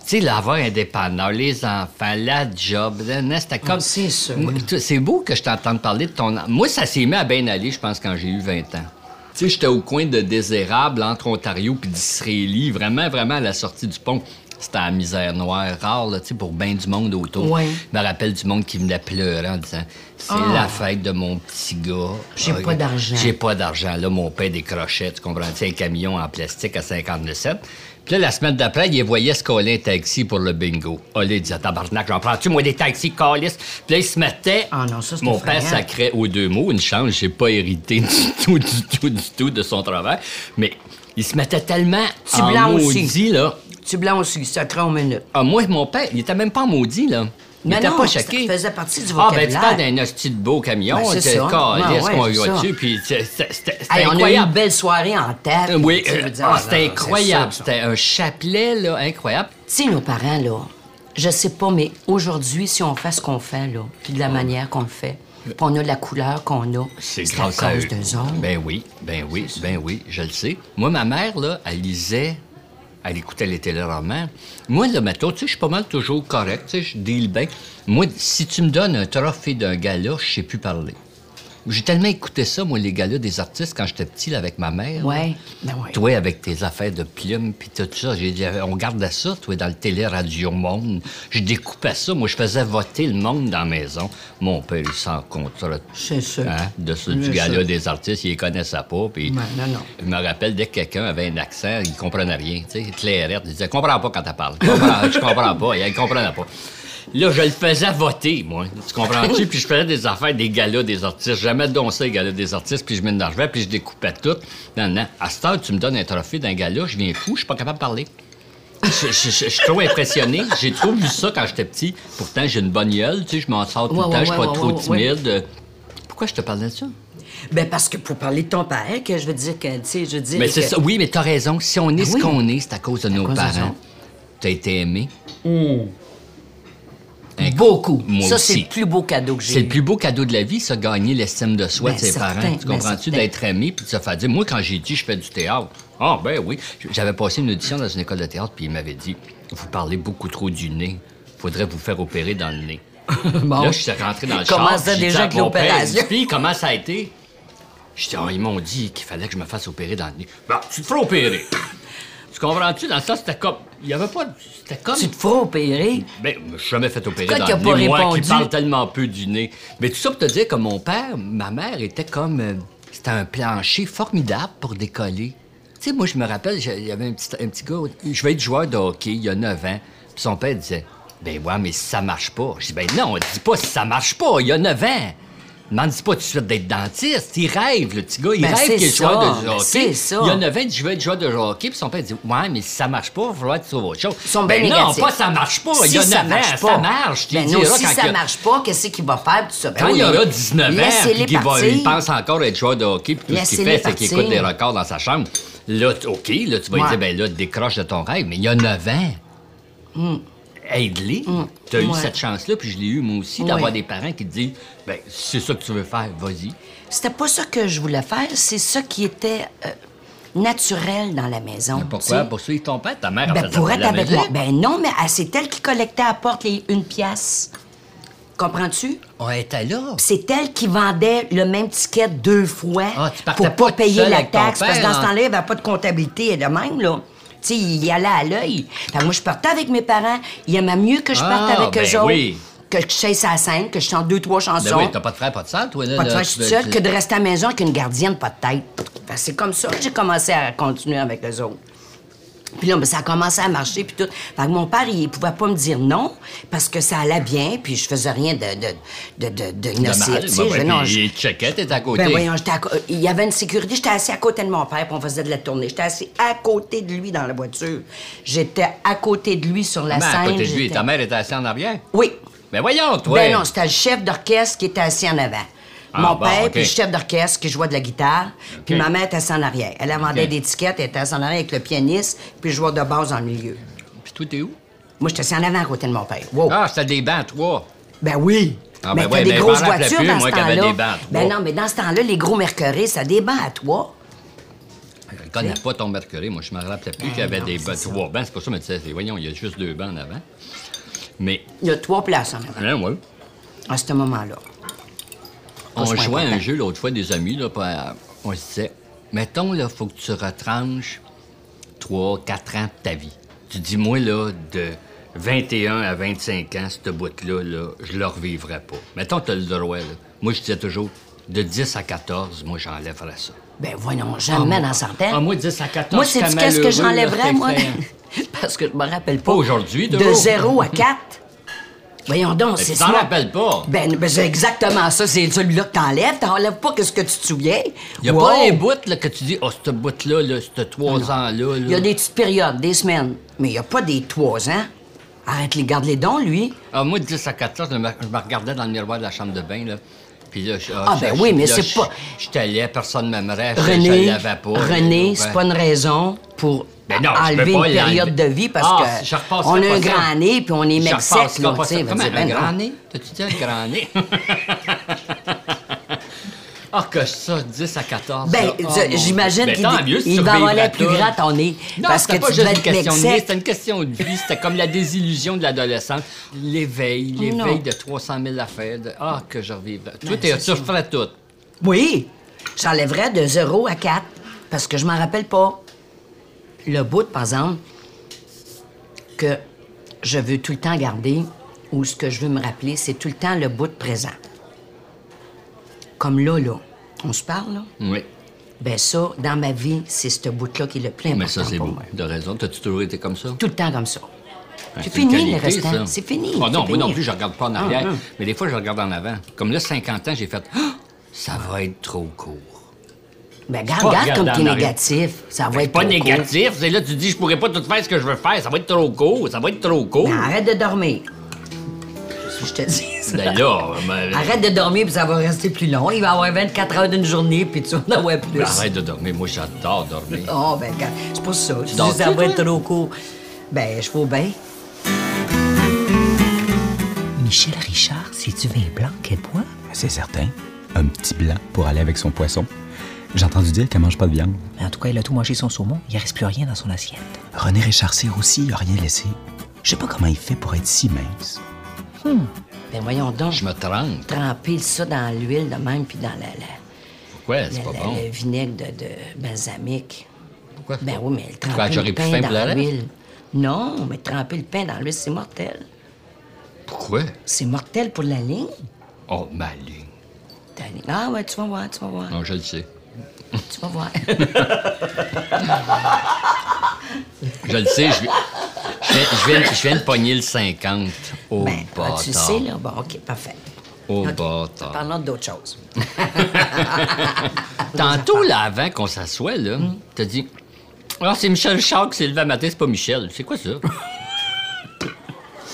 Speaker 5: Tu sais, l'avoir un dépanneur, les enfants, la job, là, là, c'était comme...
Speaker 6: Ah, c'est sûr.
Speaker 5: Moi, tu- C'est beau que je t'entende parler de ton... Moi, ça s'est mis à bien aller, je pense, quand j'ai eu 20 ans. Tu sais, j'étais au coin de Désérable, entre Ontario puis d'Israélie, vraiment, vraiment à la sortie du pont. C'était la misère noire, rare, là, tu sais, pour bien du monde autour.
Speaker 6: Ouais.
Speaker 5: Je me rappelle du monde qui venait pleurer en disant « C'est
Speaker 6: Ah.
Speaker 5: la fête de mon petit gars. »
Speaker 6: J'ai
Speaker 5: Ah,
Speaker 6: pas d'argent.
Speaker 5: J'ai pas d'argent. Là, mon père des crochets, tu comprends? Un camion en plastique à 59 cents. Puis là, la semaine d'après, il voyait se coller un taxi pour le bingo. Olé disait Tabarnak, j'en prends-tu, moi, des taxis, calice? Puis là, il se mettait.
Speaker 6: Ah non, ça, c'est
Speaker 5: Mon père
Speaker 6: effrayant.
Speaker 5: sacrait aux deux mots une chance. J'ai pas hérité du tout, du tout, du tout de son travail. Mais il se mettait tellement.
Speaker 6: Petit
Speaker 5: en
Speaker 6: blanc aussi.
Speaker 5: maudit, là.
Speaker 6: Tu blancs aussi, ça 30 minutes.
Speaker 5: Ah, moi, mon père, il était même pas en maudit, là. Il
Speaker 6: Mais
Speaker 5: était
Speaker 6: non,
Speaker 5: pas
Speaker 6: ça
Speaker 5: choqué.
Speaker 6: faisait partie du
Speaker 5: Ah, ben, tu
Speaker 6: vocabulaire.
Speaker 5: parles d'un hostie de beau camion.
Speaker 6: Ben, c'est
Speaker 5: c'est
Speaker 6: ça.
Speaker 5: caliste
Speaker 6: Ben, ouais,
Speaker 5: qu'on
Speaker 6: c'est
Speaker 5: voit
Speaker 6: ça.
Speaker 5: dessus. Puis c'est- c'est- c'était c'était
Speaker 6: Hey, on a eu une
Speaker 5: incroyable.
Speaker 6: belle soirée en tête.
Speaker 5: Oui,
Speaker 6: Tu veux
Speaker 5: euh,
Speaker 6: dire,
Speaker 5: ah,
Speaker 6: ah,
Speaker 5: c'était
Speaker 6: non, c'est
Speaker 5: incroyable.
Speaker 6: sûr,
Speaker 5: C'était un chapelet, là, incroyable.
Speaker 6: Tu sais, nos parents, là, je sais pas, mais aujourd'hui, si on fait ce qu'on fait, là, puis de la manière qu'on le fait,
Speaker 5: Euh.
Speaker 6: puis on a de la couleur qu'on a, c'est à cause d'eux autres.
Speaker 5: Ben oui, ben oui, ben oui, je le sais. Moi, ma mère, là, elle lisait, elle écoutait les téléromans. Moi, là, mettons, tu sais, je suis pas mal toujours correct, tu sais, je deal bien. Moi, si tu me donnes un trophée d'un gala, je sais plus parler. J'ai tellement écouté ça, moi, les galas des artistes, quand j'étais petit, là, avec ma mère. là.
Speaker 6: Ouais, ben ouais.
Speaker 5: Toi, avec tes affaires de plumes puis tout ça, j'ai dit, euh, on gardait ça, toi, dans le télé-radio Monde. Je découpais ça. Moi, je faisais voter le monde dans la maison. Mon père, il s'en contre
Speaker 6: C'est sûr.
Speaker 5: Hein, de ce, du
Speaker 6: Bien
Speaker 5: gala
Speaker 6: sûr.
Speaker 5: des artistes, il les connaissait pas. Puis
Speaker 6: Ouais, non, non.
Speaker 5: Je me rappelle, dès que quelqu'un avait un accent, il comprenait rien. Tu sais, Clairette, il disait, comprends pas quand elle parle. Comprends- je comprends pas. Il comprenait pas. Là, je le faisais voter, moi. Tu comprends-tu? puis je faisais des affaires, des galas des artistes. Jamais doncé les galas des artistes, puis je m'énervais, puis je découpais tout. Non, non. À cette heure, tu me donnes un trophée d'un gala, je viens fou, je suis pas capable de parler. Je, je- je- je suis trop impressionné. J'ai trop vu ça quand j'étais petit. Pourtant, j'ai une bonne gueule, tu sais, je m'en sors tout
Speaker 6: Ouais,
Speaker 5: le temps,
Speaker 6: ouais,
Speaker 5: je suis pas
Speaker 6: ouais,
Speaker 5: trop
Speaker 6: ouais, ouais.
Speaker 5: timide. Pourquoi je te parle de ça?
Speaker 6: Ben parce que pour parler de ton père, que je veux dire que, tu sais, je veux dire
Speaker 5: Mais Ben, c'est
Speaker 6: que-
Speaker 5: ça. Oui, mais t'as raison. Si on est
Speaker 6: Ah
Speaker 5: ce
Speaker 6: oui.
Speaker 5: qu'on est, c'est à cause de nos
Speaker 6: cause de ça. Oh.
Speaker 5: parents. T'as été aimé. Inc-
Speaker 6: Beaucoup.
Speaker 5: Moi
Speaker 6: ça, c'est
Speaker 5: aussi.
Speaker 6: le plus beau cadeau que j'ai
Speaker 5: C'est le
Speaker 6: eu.
Speaker 5: plus beau cadeau de la vie, ça, gagner l'estime de soi
Speaker 6: Ben,
Speaker 5: de ses
Speaker 6: certain,
Speaker 5: parents. Tu
Speaker 6: ben,
Speaker 5: comprends-tu?
Speaker 6: certain.
Speaker 5: D'être aimé puis de se faire dire. Moi, quand j'ai dit je fais du théâtre, ah, ben oui. J'avais passé une audition dans une école de théâtre, puis il m'avait dit Vous parlez beaucoup trop du nez. Faudrait vous faire opérer dans le nez. Là, je suis rentré dans le char.
Speaker 6: Commence
Speaker 5: j'ai dit
Speaker 6: déjà
Speaker 5: à
Speaker 6: avec
Speaker 5: mon père,
Speaker 6: l'opération.
Speaker 5: Puis, comment ça a été? Je dis, Ah, ils m'ont dit qu'il fallait que je me fasse opérer dans le nez. Bon, tu te feras opérer. tu comprends-tu? Dans ça, c'était comme. Il y avait pas. C'était comme.
Speaker 6: Tu te feras opérer.
Speaker 5: Ben, je me suis jamais fait opérer
Speaker 6: Pourquoi
Speaker 5: dans le
Speaker 6: qu'il a
Speaker 5: nez,
Speaker 6: pas
Speaker 5: moi
Speaker 6: répondu?
Speaker 5: qui parle tellement peu du nez. Mais tout ça pour te dire que mon père, ma mère était comme... euh, c'était un plancher formidable pour décoller. Tu sais, moi, je me rappelle, j'ai- il y avait un petit, un petit gars, je vais être joueur de hockey il y a 9 ans, puis son père disait, « Ben ouais, mais si ça marche pas. » Je dis, « Ben non, dis pas si ça marche pas, il y a 9 ans. » M'en dis pas tout de suite d'être dentiste. Il rêve, le petit gars. Il
Speaker 6: Ben,
Speaker 5: rêve
Speaker 6: c'est
Speaker 5: qu'il est joueur
Speaker 6: ça,
Speaker 5: de
Speaker 6: ben,
Speaker 5: hockey.
Speaker 6: c'est ça.
Speaker 5: Il y a 9 ans, il dit, je veux être joueur de hockey. Puis son père dit, ouais, mais si ça marche pas, il va falloir que tu trouves autre chose.
Speaker 6: Ils sont
Speaker 5: ben
Speaker 6: bien
Speaker 5: non,
Speaker 6: négatifs.
Speaker 5: pas ça marche pas. il y a 9 ans, ça marche. Tu
Speaker 6: Ben
Speaker 5: lui
Speaker 6: non,
Speaker 5: diras
Speaker 6: si
Speaker 5: quand il
Speaker 6: ça
Speaker 5: y a-
Speaker 6: marche pas, qu'est-ce qu'il va faire? Puis ça, ben
Speaker 5: Quand
Speaker 6: oui,
Speaker 5: il aura
Speaker 6: mais
Speaker 5: 19 ans,
Speaker 6: laissez-les
Speaker 5: puis qu'il va-
Speaker 6: partir.
Speaker 5: il pense encore être joueur de hockey, puis tout ce qu'il
Speaker 6: Laissez-les
Speaker 5: fait, c'est qu'il
Speaker 6: partir.
Speaker 5: écoute des records dans sa chambre. Là, t- OK, là, tu vas lui
Speaker 6: Ouais.
Speaker 5: dire, ben là, décroche de ton rêve, mais il y a 9 ans. Aide-les. Tu as eu
Speaker 6: Mm. Ouais.
Speaker 5: cette chance-là, puis je l'ai eu moi aussi, d'avoir
Speaker 6: Ouais.
Speaker 5: des parents qui te disent, ben, si c'est ça que tu veux faire, vas-y.
Speaker 6: C'était pas ça que je voulais faire, c'est ça qui était euh, naturel dans la maison.
Speaker 5: Ben, Pourquoi?
Speaker 6: tu sais.
Speaker 5: Poursuivre ton père, ta mère, elle
Speaker 6: Ben,
Speaker 5: faisait
Speaker 6: pour
Speaker 5: pas de
Speaker 6: être
Speaker 5: la
Speaker 6: avec
Speaker 5: musique.
Speaker 6: moi. Ben non, mais elle, c'est elle qui collectait à la porte les une pièce. Comprends-tu?
Speaker 5: On était là.
Speaker 6: C'est elle qui vendait le même ticket deux fois
Speaker 5: Ah, tu partais
Speaker 6: pour
Speaker 5: pas
Speaker 6: pas
Speaker 5: toute
Speaker 6: payer
Speaker 5: seule
Speaker 6: la
Speaker 5: avec ton
Speaker 6: taxe. Parce que
Speaker 5: père,
Speaker 6: dans ce
Speaker 5: hein?
Speaker 6: temps-là, il n'y avait pas de comptabilité et de même, là. Tu sais, il y allait à l'œil. Fait que Moi, je partais avec mes parents. Il aimait mieux que je parte
Speaker 5: Ah,
Speaker 6: avec
Speaker 5: ben
Speaker 6: eux autres.
Speaker 5: oui.
Speaker 6: Que je chasse à la scène, que je chante deux, trois
Speaker 5: Ben
Speaker 6: chansons.
Speaker 5: oui, t'as pas de frère, pas de sœur, toi, là.
Speaker 6: pas de
Speaker 5: là,
Speaker 6: fois, je
Speaker 5: tu
Speaker 6: suis
Speaker 5: veux-
Speaker 6: seule
Speaker 5: tu-
Speaker 6: que de rester à la maison avec une gardienne pas de tête. Fait que c'est comme ça que j'ai commencé à continuer avec eux autres. Puis là, ben, ça a commencé à marcher, puis tout. Fait que mon père, il pouvait pas me dire non, parce que ça allait bien, puis je faisais rien de, de, de, de, de nocif,
Speaker 5: Dommage.
Speaker 6: tu sais.
Speaker 5: Ben
Speaker 6: Je-
Speaker 5: ouais,
Speaker 6: non,
Speaker 5: puis
Speaker 6: je-
Speaker 5: Il checkait, t'es à côté.
Speaker 6: ben voyons, j'étais à co- il y avait une sécurité, j'étais assis à côté de mon père, puis on faisait de la tournée. J'étais assis à côté de lui dans la voiture. J'étais à côté de lui sur la
Speaker 5: Ben, à
Speaker 6: scène.
Speaker 5: côté de lui,
Speaker 6: j'étais-
Speaker 5: ta mère était assise en arrière.
Speaker 6: Oui.
Speaker 5: Ben voyons, toi.
Speaker 6: Ben non, c'était le chef d'orchestre qui était assis en avant.
Speaker 5: Ah,
Speaker 6: mon
Speaker 5: bon,
Speaker 6: père,
Speaker 5: ok.
Speaker 6: puis le chef d'orchestre qui jouait de la guitare, puis
Speaker 5: Ok.
Speaker 6: ma mère était assise en arrière. Elle vendait
Speaker 5: Ok.
Speaker 6: des tickets, elle était assise en arrière avec le pianiste, puis le joueur de base en milieu.
Speaker 5: Puis toi, t'es où?
Speaker 6: Moi, j'étais assis en avant à côté de mon père. Wow.
Speaker 5: Ah, c'était des bancs, trois.
Speaker 6: Ben oui.
Speaker 5: Ah,
Speaker 6: mais
Speaker 5: ben
Speaker 6: t'as
Speaker 5: ouais,
Speaker 6: des
Speaker 5: mais
Speaker 6: grosses
Speaker 5: je m'en rappelais
Speaker 6: voitures
Speaker 5: plus,
Speaker 6: dans
Speaker 5: moi,
Speaker 6: ce
Speaker 5: qu'il y avait
Speaker 6: temps-là.
Speaker 5: des Oh. bancs à
Speaker 6: ben
Speaker 5: trois.
Speaker 6: non, mais dans ce temps-là, les gros mercurés, ça a des bancs à toi.
Speaker 5: Je connais pas ton mercury. Moi, je me rappelais plus qu'il y avait
Speaker 6: Ah, non,
Speaker 5: des
Speaker 6: c'est
Speaker 5: bancs,
Speaker 6: ça.
Speaker 5: trois bancs. C'est pour ça que je me disais, voyons, il y a juste deux bancs en avant. Mais,
Speaker 6: Il y a trois places en avant,
Speaker 5: hein, ouais.
Speaker 6: à ce moment-là.
Speaker 5: On
Speaker 6: c'est pas
Speaker 5: jouait à un
Speaker 6: important.
Speaker 5: jeu l'autre fois, des amis, là, puis, euh, on se disait, mettons, là, faut que tu retranches 3, 4 ans de ta vie. Tu dis, moi, là, de 21 à 25 ans, cette boîte-là, là, je le revivrai pas. Mettons, t'as le droit, là. Moi, je disais toujours, de 10 à 14, moi, j'enlèverais ça.
Speaker 6: Ben voyons, jamais dans certaines.
Speaker 5: Ah, moi, 10 à 14,
Speaker 6: Moi, c'est
Speaker 5: j'étais
Speaker 6: qu'est-ce que
Speaker 5: malheureux, là,
Speaker 6: j'enlèverais, moi? Parce que je me rappelle pas.
Speaker 5: Pas aujourd'hui, de
Speaker 6: De
Speaker 5: gros.
Speaker 6: 0 à 4. Voyons donc,
Speaker 5: Mais
Speaker 6: c'est
Speaker 5: tu
Speaker 6: ça.
Speaker 5: t'en rappelles pas.
Speaker 6: Ben, ben, c'est exactement ça. C'est celui-là que t'enlèves. T'enlèves pas que ce que tu te souviens.
Speaker 5: Il y a
Speaker 6: Wow.
Speaker 5: pas un bout, là, que tu dis, oh, cette boîte-là, là, ce 3 ans-là. Là,
Speaker 6: Il y a des petites périodes, des semaines. Mais il y a pas des trois ans. Arrête, les garde les dons, lui.
Speaker 5: Ah, moi, 10 à 14, je me, je me regardais dans le miroir de la chambre de bain, là. Puis là, je,
Speaker 6: Ah, ben oui, mais c'est pas-
Speaker 5: Je t'allais, personne ne m'aimerait, je, je
Speaker 6: René,
Speaker 5: l'avais pas.
Speaker 6: René,
Speaker 5: Ben,
Speaker 6: c'est pas une raison pour
Speaker 5: Ben non, je peux
Speaker 6: enlever une
Speaker 5: pas
Speaker 6: période
Speaker 5: l'enlever.
Speaker 6: de vie parce
Speaker 5: Ah, si je
Speaker 6: que
Speaker 5: repasserais
Speaker 6: on a
Speaker 5: pas
Speaker 6: un
Speaker 5: ça.
Speaker 6: grand nez puis on est
Speaker 5: je
Speaker 6: même
Speaker 5: repasse
Speaker 6: sec, là,
Speaker 5: pas
Speaker 6: tu
Speaker 5: ça.
Speaker 6: sais.
Speaker 5: Comment,
Speaker 6: ben,
Speaker 5: un
Speaker 6: ben non.
Speaker 5: grand nez? T'as-tu dit un grand nez? Ah, que ça, 10 à 14.
Speaker 6: Ben,
Speaker 5: là. Oh,
Speaker 6: je-
Speaker 5: mon
Speaker 6: j'imagine
Speaker 5: Dieu.
Speaker 6: qu'il
Speaker 5: Ben,
Speaker 6: dit-
Speaker 5: tant mieux si
Speaker 6: il
Speaker 5: tu
Speaker 6: va avoir
Speaker 5: revivras
Speaker 6: l'air plus
Speaker 5: tout.
Speaker 6: grand, ton nez,
Speaker 5: Non,
Speaker 6: parce
Speaker 5: c'était
Speaker 6: que
Speaker 5: pas
Speaker 6: tu
Speaker 5: juste
Speaker 6: vas
Speaker 5: une
Speaker 6: être
Speaker 5: question de
Speaker 6: mec
Speaker 5: nez,
Speaker 6: sec.
Speaker 5: c'était une question de vie. C'était comme la désillusion de l'adolescence. L'éveil,
Speaker 6: non. Ben,
Speaker 5: l'éveil de 300 000 affaires. de- Ah, que je revivrais. Toi, t'es- tu referais tout.
Speaker 6: Oui, j'enlèverais de 0 à 4 parce que je m'en rappelle pas. Le bout, par exemple, que je veux tout le temps garder ou ce que je veux me rappeler, c'est tout le temps le bout de présent. Comme là, là, on se parle, là.
Speaker 5: Oui.
Speaker 6: Ben ça, dans ma vie, c'est ce bout-là qui est le plus important
Speaker 5: Mais ça, c'est
Speaker 6: pour
Speaker 5: beau.
Speaker 6: moi.
Speaker 5: De raison. T'as-tu toujours été comme ça?
Speaker 6: Tout le temps comme ça.
Speaker 5: Ben,
Speaker 6: c'est
Speaker 5: une
Speaker 6: fini, le
Speaker 5: qualité, ça.
Speaker 6: restant. C'est fini.
Speaker 5: Ah non,
Speaker 6: c'est
Speaker 5: moi non
Speaker 6: fini.
Speaker 5: plus, je regarde pas en arrière.
Speaker 6: Ah, ah.
Speaker 5: Mais des fois, je regarde en avant. Comme là, 50 ans, j'ai fait Ah! Ça va être trop court.
Speaker 6: Ben,
Speaker 5: Pas
Speaker 6: regarde, regarde
Speaker 5: regarder
Speaker 6: comme t'es
Speaker 5: en arrière.
Speaker 6: négatif. Ça va
Speaker 5: C'est
Speaker 6: être
Speaker 5: pas
Speaker 6: trop court.
Speaker 5: négatif. C'est là, tu dis, je pourrais pas tout faire ce que je veux faire. Ça va être trop court. Ça va être trop court.
Speaker 6: Ben, arrête de dormir. Si Je te dis ça.
Speaker 5: Ben là, ben,
Speaker 6: Arrête de dormir, puis ça va rester plus long. Il va y avoir 24 heures d'une journée, puis tu vas en avoir plus.
Speaker 5: Ben, arrête de dormir. Moi, j'adore dormir.
Speaker 6: Oh, ben, quand- c'est pas ça. Tu
Speaker 5: dors
Speaker 6: dis ça
Speaker 5: plus,
Speaker 6: va être
Speaker 5: toi?
Speaker 6: trop court. Ben, je vaux bien.
Speaker 3: Michel Richard, c'est du vin blanc qu'elle boit?
Speaker 2: C'est certain. Un petit blanc pour aller avec son poisson. J'ai entendu dire qu'elle mange pas de viande.
Speaker 3: Mais en tout cas, elle a tout mangé son saumon. Il reste plus rien dans son assiette.
Speaker 2: René Richard Cyr aussi, il a rien laissé. Je sais pas comment il fait pour être si mince.
Speaker 6: Ben, voyons donc.
Speaker 5: Je me trempe.
Speaker 6: Tremper ça dans l'huile de même, puis dans la, la-
Speaker 5: Pourquoi? C'est
Speaker 6: la-
Speaker 5: pas
Speaker 6: la-
Speaker 5: bon.
Speaker 6: le vinaigre de, de balsamique.
Speaker 5: Pourquoi?
Speaker 6: Ben oui, mais le
Speaker 5: Quoi,
Speaker 6: tremper
Speaker 5: j'aurais
Speaker 6: le
Speaker 5: pu faire
Speaker 6: pain
Speaker 5: pour le
Speaker 6: dans
Speaker 5: reste?
Speaker 6: l'huile. Non, mais tremper le pain dans l'huile, c'est mortel.
Speaker 5: Pourquoi?
Speaker 6: C'est mortel pour la ligne.
Speaker 5: Oh, ma ligne.
Speaker 6: Ta ligne. Ah ouais, tu vas voir, tu vas voir,
Speaker 5: Non, je le sais.
Speaker 6: tu vas voir.
Speaker 5: Oh, Je le sais, je viens, je viens, je viens- je viens de pogner le 50 au
Speaker 6: ben, ah,
Speaker 5: bâtard. Ah.
Speaker 6: tu sais, là, bon, OK, parfait.
Speaker 5: Au
Speaker 6: Ok,
Speaker 5: bâtard.
Speaker 6: Parlons d'autre chose.
Speaker 5: Tantôt, là, avant qu'on s'assoie, là,
Speaker 6: Mm.
Speaker 5: t'as dit Ah, c'est Michel Richard qui s'est levé à matin, c'est pas Michel. C'est quoi ça?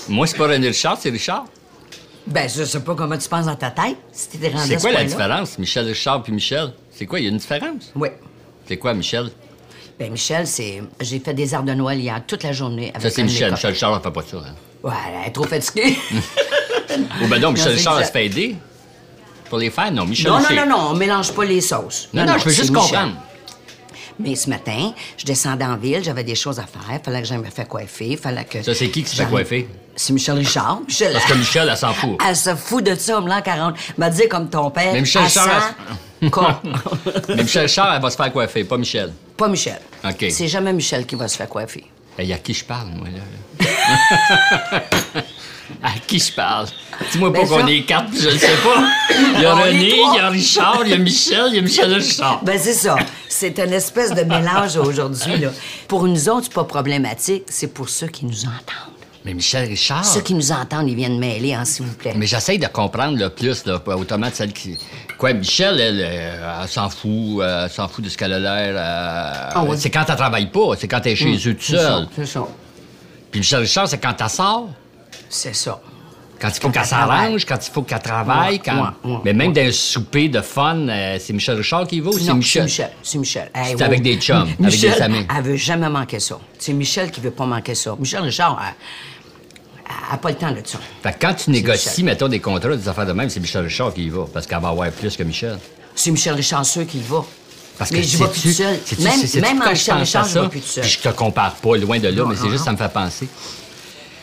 Speaker 5: Moi, c'est pas René Richard, c'est Richard.
Speaker 6: Ben, je sais pas comment tu penses Ah, dans ta tête, si t'étais rendu
Speaker 5: C'est
Speaker 6: à ce
Speaker 5: quoi la
Speaker 6: point-là.
Speaker 5: différence, Michel Richard puis Michel? C'est quoi? Il y a une différence?
Speaker 6: Oui.
Speaker 5: C'est quoi, Michel?
Speaker 6: Ben, Michel, c'est... J'ai fait des arts de Noël hier toute la journée avec
Speaker 5: Ça, c'est
Speaker 6: un de mes
Speaker 5: Michel.
Speaker 6: copains.
Speaker 5: Michel Richard, on fait pas ça. Hein?
Speaker 6: Ouais, elle est trop fatiguée.
Speaker 5: Oh, ben non, Michel
Speaker 6: c'est
Speaker 5: Richard, elle se
Speaker 6: Michel.
Speaker 5: fait aider. Pour les faire, non, Michel
Speaker 6: non, non,
Speaker 5: c'est-
Speaker 6: non, non, on mélange pas les sauces.
Speaker 5: Non, non, je veux
Speaker 6: c'est
Speaker 5: juste
Speaker 6: Michel.
Speaker 5: comprendre.
Speaker 6: Mais ce matin, je descendais en ville, j'avais des choses à faire. Fallait que j'aille me faire coiffer, fallait que...
Speaker 5: Ça, c'est qui qui se fait
Speaker 6: J'en-
Speaker 5: coiffer?
Speaker 6: C'est Michel Richard. Michel...
Speaker 5: Parce que Michel, elle s'en fout.
Speaker 6: Elle se fout de ça, l'an 40. M'a dit comme ton père.
Speaker 5: Mais Michel
Speaker 6: elle
Speaker 5: Richard, hein?
Speaker 6: sent con.
Speaker 5: Mais Michel Richard, elle va se faire coiffer, pas Michel.
Speaker 6: Pas Michel.
Speaker 5: OK.
Speaker 6: C'est
Speaker 5: Euh,
Speaker 6: jamais Michel qui va se faire coiffer.
Speaker 5: Il y a qui je parle, moi, là? là? À qui je parle? Dis-moi pas
Speaker 6: Ben,
Speaker 5: qu'on
Speaker 6: ça-
Speaker 5: est quatre, puis je le sais pas. Il y a
Speaker 6: On est
Speaker 5: René,
Speaker 6: trois.
Speaker 5: il y a Richard, il y a Michel, il y a Michel Richard.
Speaker 6: Ben, c'est ça. C'est une espèce de mélange aujourd'hui, là. Pour nous autres, c'est pas problématique. C'est pour ceux qui nous entendent.
Speaker 5: Mais Michel Richard...
Speaker 6: Ceux qui nous entendent, ils viennent mêler, hein, s'il vous plaît.
Speaker 5: Ah. Mais j'essaye de comprendre le plus, là, pas autrement de celle qui. Quoi, Michel, elle, euh, elle s'en fout, euh, elle s'en fout de ce qu'elle a l'air. euh,
Speaker 6: Ah oui.
Speaker 5: C'est quand elle travaille pas, c'est quand elle est chez eux toute
Speaker 6: C'est ça,
Speaker 5: seule.
Speaker 6: C'est ça.
Speaker 5: Puis Michel Richard, c'est quand elle sort,
Speaker 6: C'est ça.
Speaker 5: quand il faut qu'elle
Speaker 6: elle travaille.
Speaker 5: s'arrange, quand il faut qu'elle travaille,
Speaker 6: Ouais,
Speaker 5: quand.
Speaker 6: ouais, ouais,
Speaker 5: Mais même d'un souper de fun, euh, c'est Michel Richard qui y va ou c'est
Speaker 6: Non,
Speaker 5: Michel?
Speaker 6: C'est Michel. C'est Michel. Hey,
Speaker 5: C'est
Speaker 6: wow.
Speaker 5: avec des chums, avec
Speaker 6: Michel,
Speaker 5: des amis.
Speaker 6: Elle veut jamais manquer ça. C'est Michel qui veut pas manquer ça. Michel Richard, elle- elle n'a pas le temps de ça.
Speaker 5: Fait que quand tu négocies,
Speaker 6: Michel.
Speaker 5: mettons, des contrats, des affaires de même, c'est Michel Richard qui y va, parce qu'elle va avoir plus que Michel.
Speaker 6: C'est Michel Richard seul qui y va.
Speaker 5: Parce
Speaker 6: mais
Speaker 5: que
Speaker 6: je vais
Speaker 5: sais-tu-
Speaker 6: plus tout seul.
Speaker 5: sais-tu-
Speaker 6: Même,
Speaker 5: sais- sais-tu
Speaker 6: même en
Speaker 5: pourquoi je
Speaker 6: Michel
Speaker 5: pense à
Speaker 6: Richard, je
Speaker 5: ça?
Speaker 6: vais plus tout seul.
Speaker 5: Puis je te compare pas, loin de là,
Speaker 6: Non,
Speaker 5: mais c'est
Speaker 6: non,
Speaker 5: juste,
Speaker 6: non.
Speaker 5: ça me fait penser.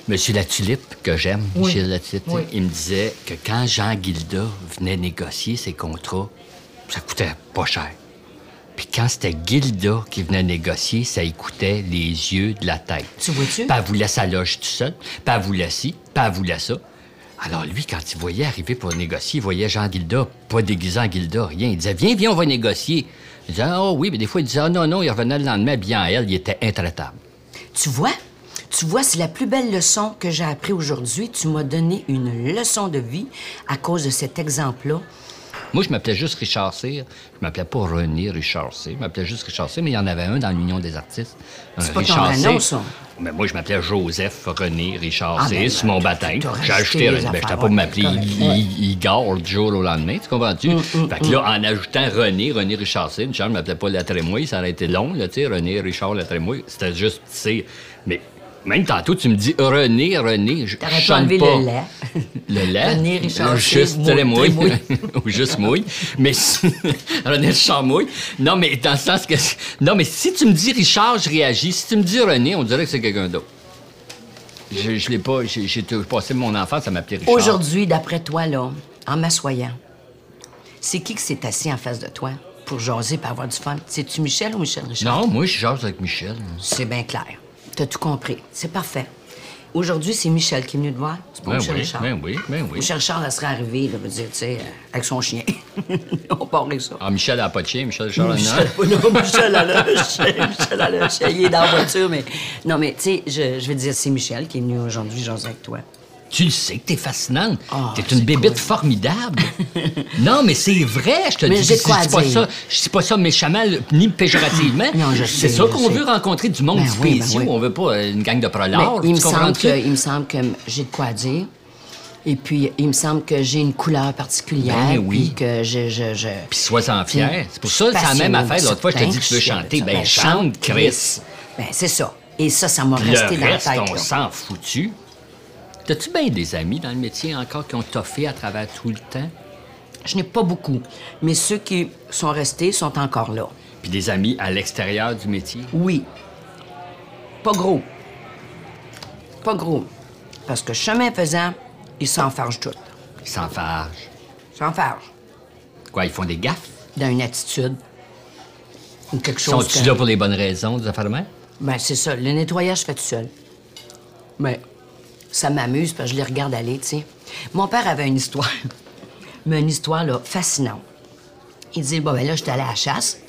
Speaker 5: Monsieur Latulippe, que j'aime,
Speaker 6: Oui.
Speaker 5: Michel Latulippe,
Speaker 6: Oui.
Speaker 5: il me disait que quand Jean Guilda venait négocier ses contrats, ça coûtait pas cher. Puis quand c'était Guilda qui venait négocier, ça y coûtait les yeux de la tête.
Speaker 6: Tu vois-tu?
Speaker 5: Pas voulait sa loge tout seul, pas voulait ci, pas voulait ça. Alors lui, quand il voyait arriver pour négocier, il voyait Jean Guilda, pas déguisant Guilda, rien. Il disait Viens, viens, on va négocier. Il disait Ah oui, mais des fois, il disait Ah non, non, il revenait le lendemain bien à elle, il était intraitable.
Speaker 6: Tu vois? Tu vois, c'est la plus belle leçon que j'ai appris aujourd'hui. Tu m'as donné une leçon de vie à cause de cet exemple-là.
Speaker 5: Moi, je m'appelais juste Richard Cyr. Je m'appelais pas René Richard Cyr. Je m'appelais juste Richard Cyr, mais il y en avait un dans l'Union des artistes. un
Speaker 6: C'est pas ton
Speaker 5: Richard
Speaker 6: vrai
Speaker 5: Cyr.
Speaker 6: nom, ça.
Speaker 5: Mais moi, je m'appelais Joseph René Richard
Speaker 6: Ah,
Speaker 5: Cyr,
Speaker 6: ben,
Speaker 5: c'est mon
Speaker 6: tu-
Speaker 5: baptême.
Speaker 6: t'aurais
Speaker 5: J'ai
Speaker 6: ajouté
Speaker 5: ajouté
Speaker 6: des
Speaker 5: René. Ben,
Speaker 6: affaires,
Speaker 5: j'étais
Speaker 6: ouais,
Speaker 5: pas m'appeler
Speaker 6: correct,
Speaker 5: I-
Speaker 6: ouais. Mm,
Speaker 5: I- Igor du jour au lendemain, tu comprends-tu? fait que là, en ajoutant René, René Richard Cyr, Michel ne m'appelait pas La Trémouille, ça aurait été long, là, tu sais, René Richard La Trémouille. C'était juste Cyr. Mais même tantôt, tu me dis René, René, je
Speaker 6: T'aurais
Speaker 5: je
Speaker 6: pas
Speaker 5: sonne
Speaker 6: enlevé
Speaker 5: pas
Speaker 6: le lait.
Speaker 5: le lait.
Speaker 6: René Richard
Speaker 5: le juste
Speaker 6: Cyr,
Speaker 5: très
Speaker 6: mouille,
Speaker 5: mouille.
Speaker 6: très
Speaker 5: ou juste mouille. Mais si- René Richard mouille. Non, mais dans le sens que. Non, mais si tu me dis Richard, je réagis. Si tu me dis René, on dirait que c'est quelqu'un d'autre. Je, je l'ai pas. J'ai j'ai tout- passé mon enfance à m'appeler Richard.
Speaker 6: Aujourd'hui, d'après toi, là, en m'assoyant, c'est qui qui s'est assis en face de toi pour jaser et avoir du fun? C'est-tu Michel ou Michel Richard?
Speaker 5: Non, moi, je jase avec Michel.
Speaker 6: C'est bien clair. T'as tout compris. C'est parfait. Aujourd'hui, c'est Michel qui est venu te voir. C'est pas
Speaker 5: Ben
Speaker 6: Michel
Speaker 5: oui,
Speaker 6: Richard.
Speaker 5: ben oui, ben oui.
Speaker 6: Michel Richard, elle serait arrivée, là, je veux dire, tu sais, euh, avec son chien. On part avec ça.
Speaker 5: Ah, hein? Michel a pas de chien, Michel Richard en a un.
Speaker 6: Michel, non, Michel a le chien, Michel a le chien, il est dans la voiture, mais... Non, mais, tu sais, je, je veux dire, c'est Michel qui est venu aujourd'hui jaser avec toi.
Speaker 5: Tu le sais que t'es fascinante.
Speaker 6: Ah,
Speaker 5: t'es une
Speaker 6: c'est
Speaker 5: bébite
Speaker 6: cool.
Speaker 5: formidable. non, mais c'est vrai, je te
Speaker 6: Mais
Speaker 5: dis.
Speaker 6: j'ai de
Speaker 5: je
Speaker 6: quoi
Speaker 5: dis pas
Speaker 6: dire.
Speaker 5: ça, je dis pas ça méchamment ni péjorativement.
Speaker 6: Non, je
Speaker 5: c'est
Speaker 6: sais,
Speaker 5: ça
Speaker 6: je
Speaker 5: qu'on
Speaker 6: sais.
Speaker 5: veut rencontrer du monde
Speaker 6: Ben oui, ben
Speaker 5: spéciaux.
Speaker 6: oui.
Speaker 5: On veut pas euh, une gang de prolards.
Speaker 6: Mais il me
Speaker 5: tu comprends
Speaker 6: semble
Speaker 5: tu
Speaker 6: que, il me semble que j'ai de quoi dire. Et puis, il me semble que j'ai une couleur particulière.
Speaker 5: Ben oui.
Speaker 6: Puis que je. je, je...
Speaker 5: Puis sois-en fier. C'est pour ça que c'est la même affaire. L'autre fois, je te dis que tu veux chanter. Ben, chante, Chris.
Speaker 6: Ben, c'est ça. Et ça, ça m'a
Speaker 5: Puis
Speaker 6: resté
Speaker 5: Le
Speaker 6: dans la
Speaker 5: reste,
Speaker 6: tête.
Speaker 5: on
Speaker 6: là.
Speaker 5: s'en foutu. T'as-tu bien des amis dans le métier encore qui ont toffé à travers tout le temps?
Speaker 6: Je n'ai pas beaucoup. Mais ceux qui sont restés sont encore là.
Speaker 5: Puis des amis à l'extérieur du métier?
Speaker 6: Oui. Pas gros. Pas gros. Parce que chemin faisant, ils s'enfargent tout.
Speaker 5: Ils s'enfargent.
Speaker 6: Ils s'enfargent.
Speaker 5: Quoi, ils font des gaffes?
Speaker 6: Dans une attitude. Ou quelque chose.
Speaker 5: Sont-ils
Speaker 6: que-
Speaker 5: là pour les bonnes raisons, des affaires de même?
Speaker 6: Ben, c'est ça. Le nettoyage, je fais tout seul. Mais ça m'amuse parce que je les regarde aller, tu sais. Mon père avait une histoire, mais une histoire, là, fascinante. Il disait, bon, ben là, j'étais allé à la chasse.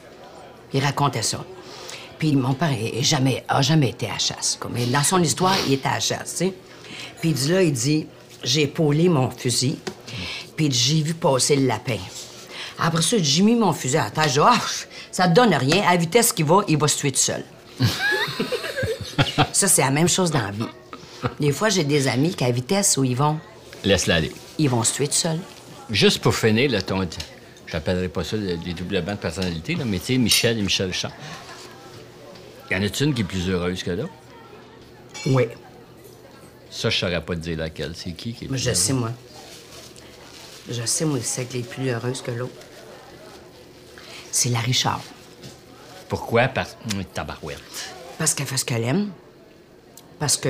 Speaker 6: Il racontait ça. Puis mon père est- est jamais, a jamais été à la chasse. Comme, mais dans son histoire, il était à la chasse, tu sais. Puis il dit, là, il dit, j'ai épaulé mon fusil, puis il dit, j'ai vu passer le lapin. Après ça, il dit, j'ai mis mon fusil à terre. Je dis, ah, ça te donne rien. À la vitesse qu'il va, il va se tuer tout seul. Ça, c'est la même chose dans la vie. Des fois, j'ai des amis qu'à la vitesse où ils vont,
Speaker 5: Laisse-la aller.
Speaker 6: ils vont se tuer tout seuls.
Speaker 5: Juste pour finir, là, ton, je n'appellerai pas ça le- des doublements de personnalité, là, mais tu sais, Michel et Michel Richard. Y en a-tu une qui est plus heureuse que l'autre?
Speaker 6: Oui,
Speaker 5: Ça, je saurais pas te dire laquelle. C'est qui qui est
Speaker 6: mais
Speaker 5: plus
Speaker 6: je
Speaker 5: heureuse?
Speaker 6: sais, moi. Je sais, moi, c'est que les plus heureuses que l'autre. C'est la Richard.
Speaker 5: Pourquoi? Parce... Hum, Tabarouette.
Speaker 6: Parce qu'elle fait ce qu'elle aime. Parce que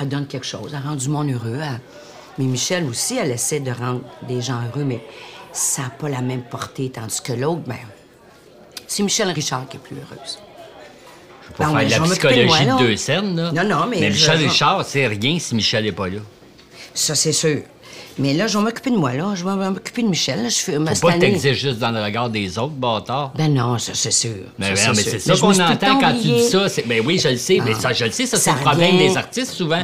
Speaker 6: elle donne quelque chose. Elle rend du monde heureux. elle- Mais Michel aussi, elle essaie de rendre des gens heureux, mais ça n'a pas la même portée. Tandis que l'autre, ben, c'est Michel Richard qui est plus heureuse.
Speaker 5: Faut
Speaker 6: Non,
Speaker 5: faire
Speaker 6: mais
Speaker 5: de la
Speaker 6: je vais m'occuper de
Speaker 5: psychologie
Speaker 6: moi,
Speaker 5: de
Speaker 6: là.
Speaker 5: deux scènes, là.
Speaker 6: Non, non, mais
Speaker 5: Mais
Speaker 6: je- Ben,
Speaker 5: Michel
Speaker 6: je-
Speaker 5: Richard, c'est rien si Michel n'est pas là.
Speaker 6: Ça, c'est sûr. Mais là, je vais m'occuper de moi, là. Je vais m'occuper de Michel. là. Je fais ma
Speaker 5: Faut pas que
Speaker 6: cette année-
Speaker 5: t'existes juste dans le regard des autres, bâtard.
Speaker 6: Ben non, ça, c'est sûr.
Speaker 5: Mais, non,
Speaker 6: Ça,
Speaker 5: Ben mais
Speaker 6: sûr.
Speaker 5: c'est ça
Speaker 6: je me
Speaker 5: qu'on
Speaker 6: suis tout le
Speaker 5: entend
Speaker 6: temps
Speaker 5: quand tu dis
Speaker 6: oubliée.
Speaker 5: ça. c'est- Ben oui, je le sais, mais ça, je le sais, ça,
Speaker 6: Ça
Speaker 5: c'est le problème
Speaker 6: revient.
Speaker 5: des artistes souvent.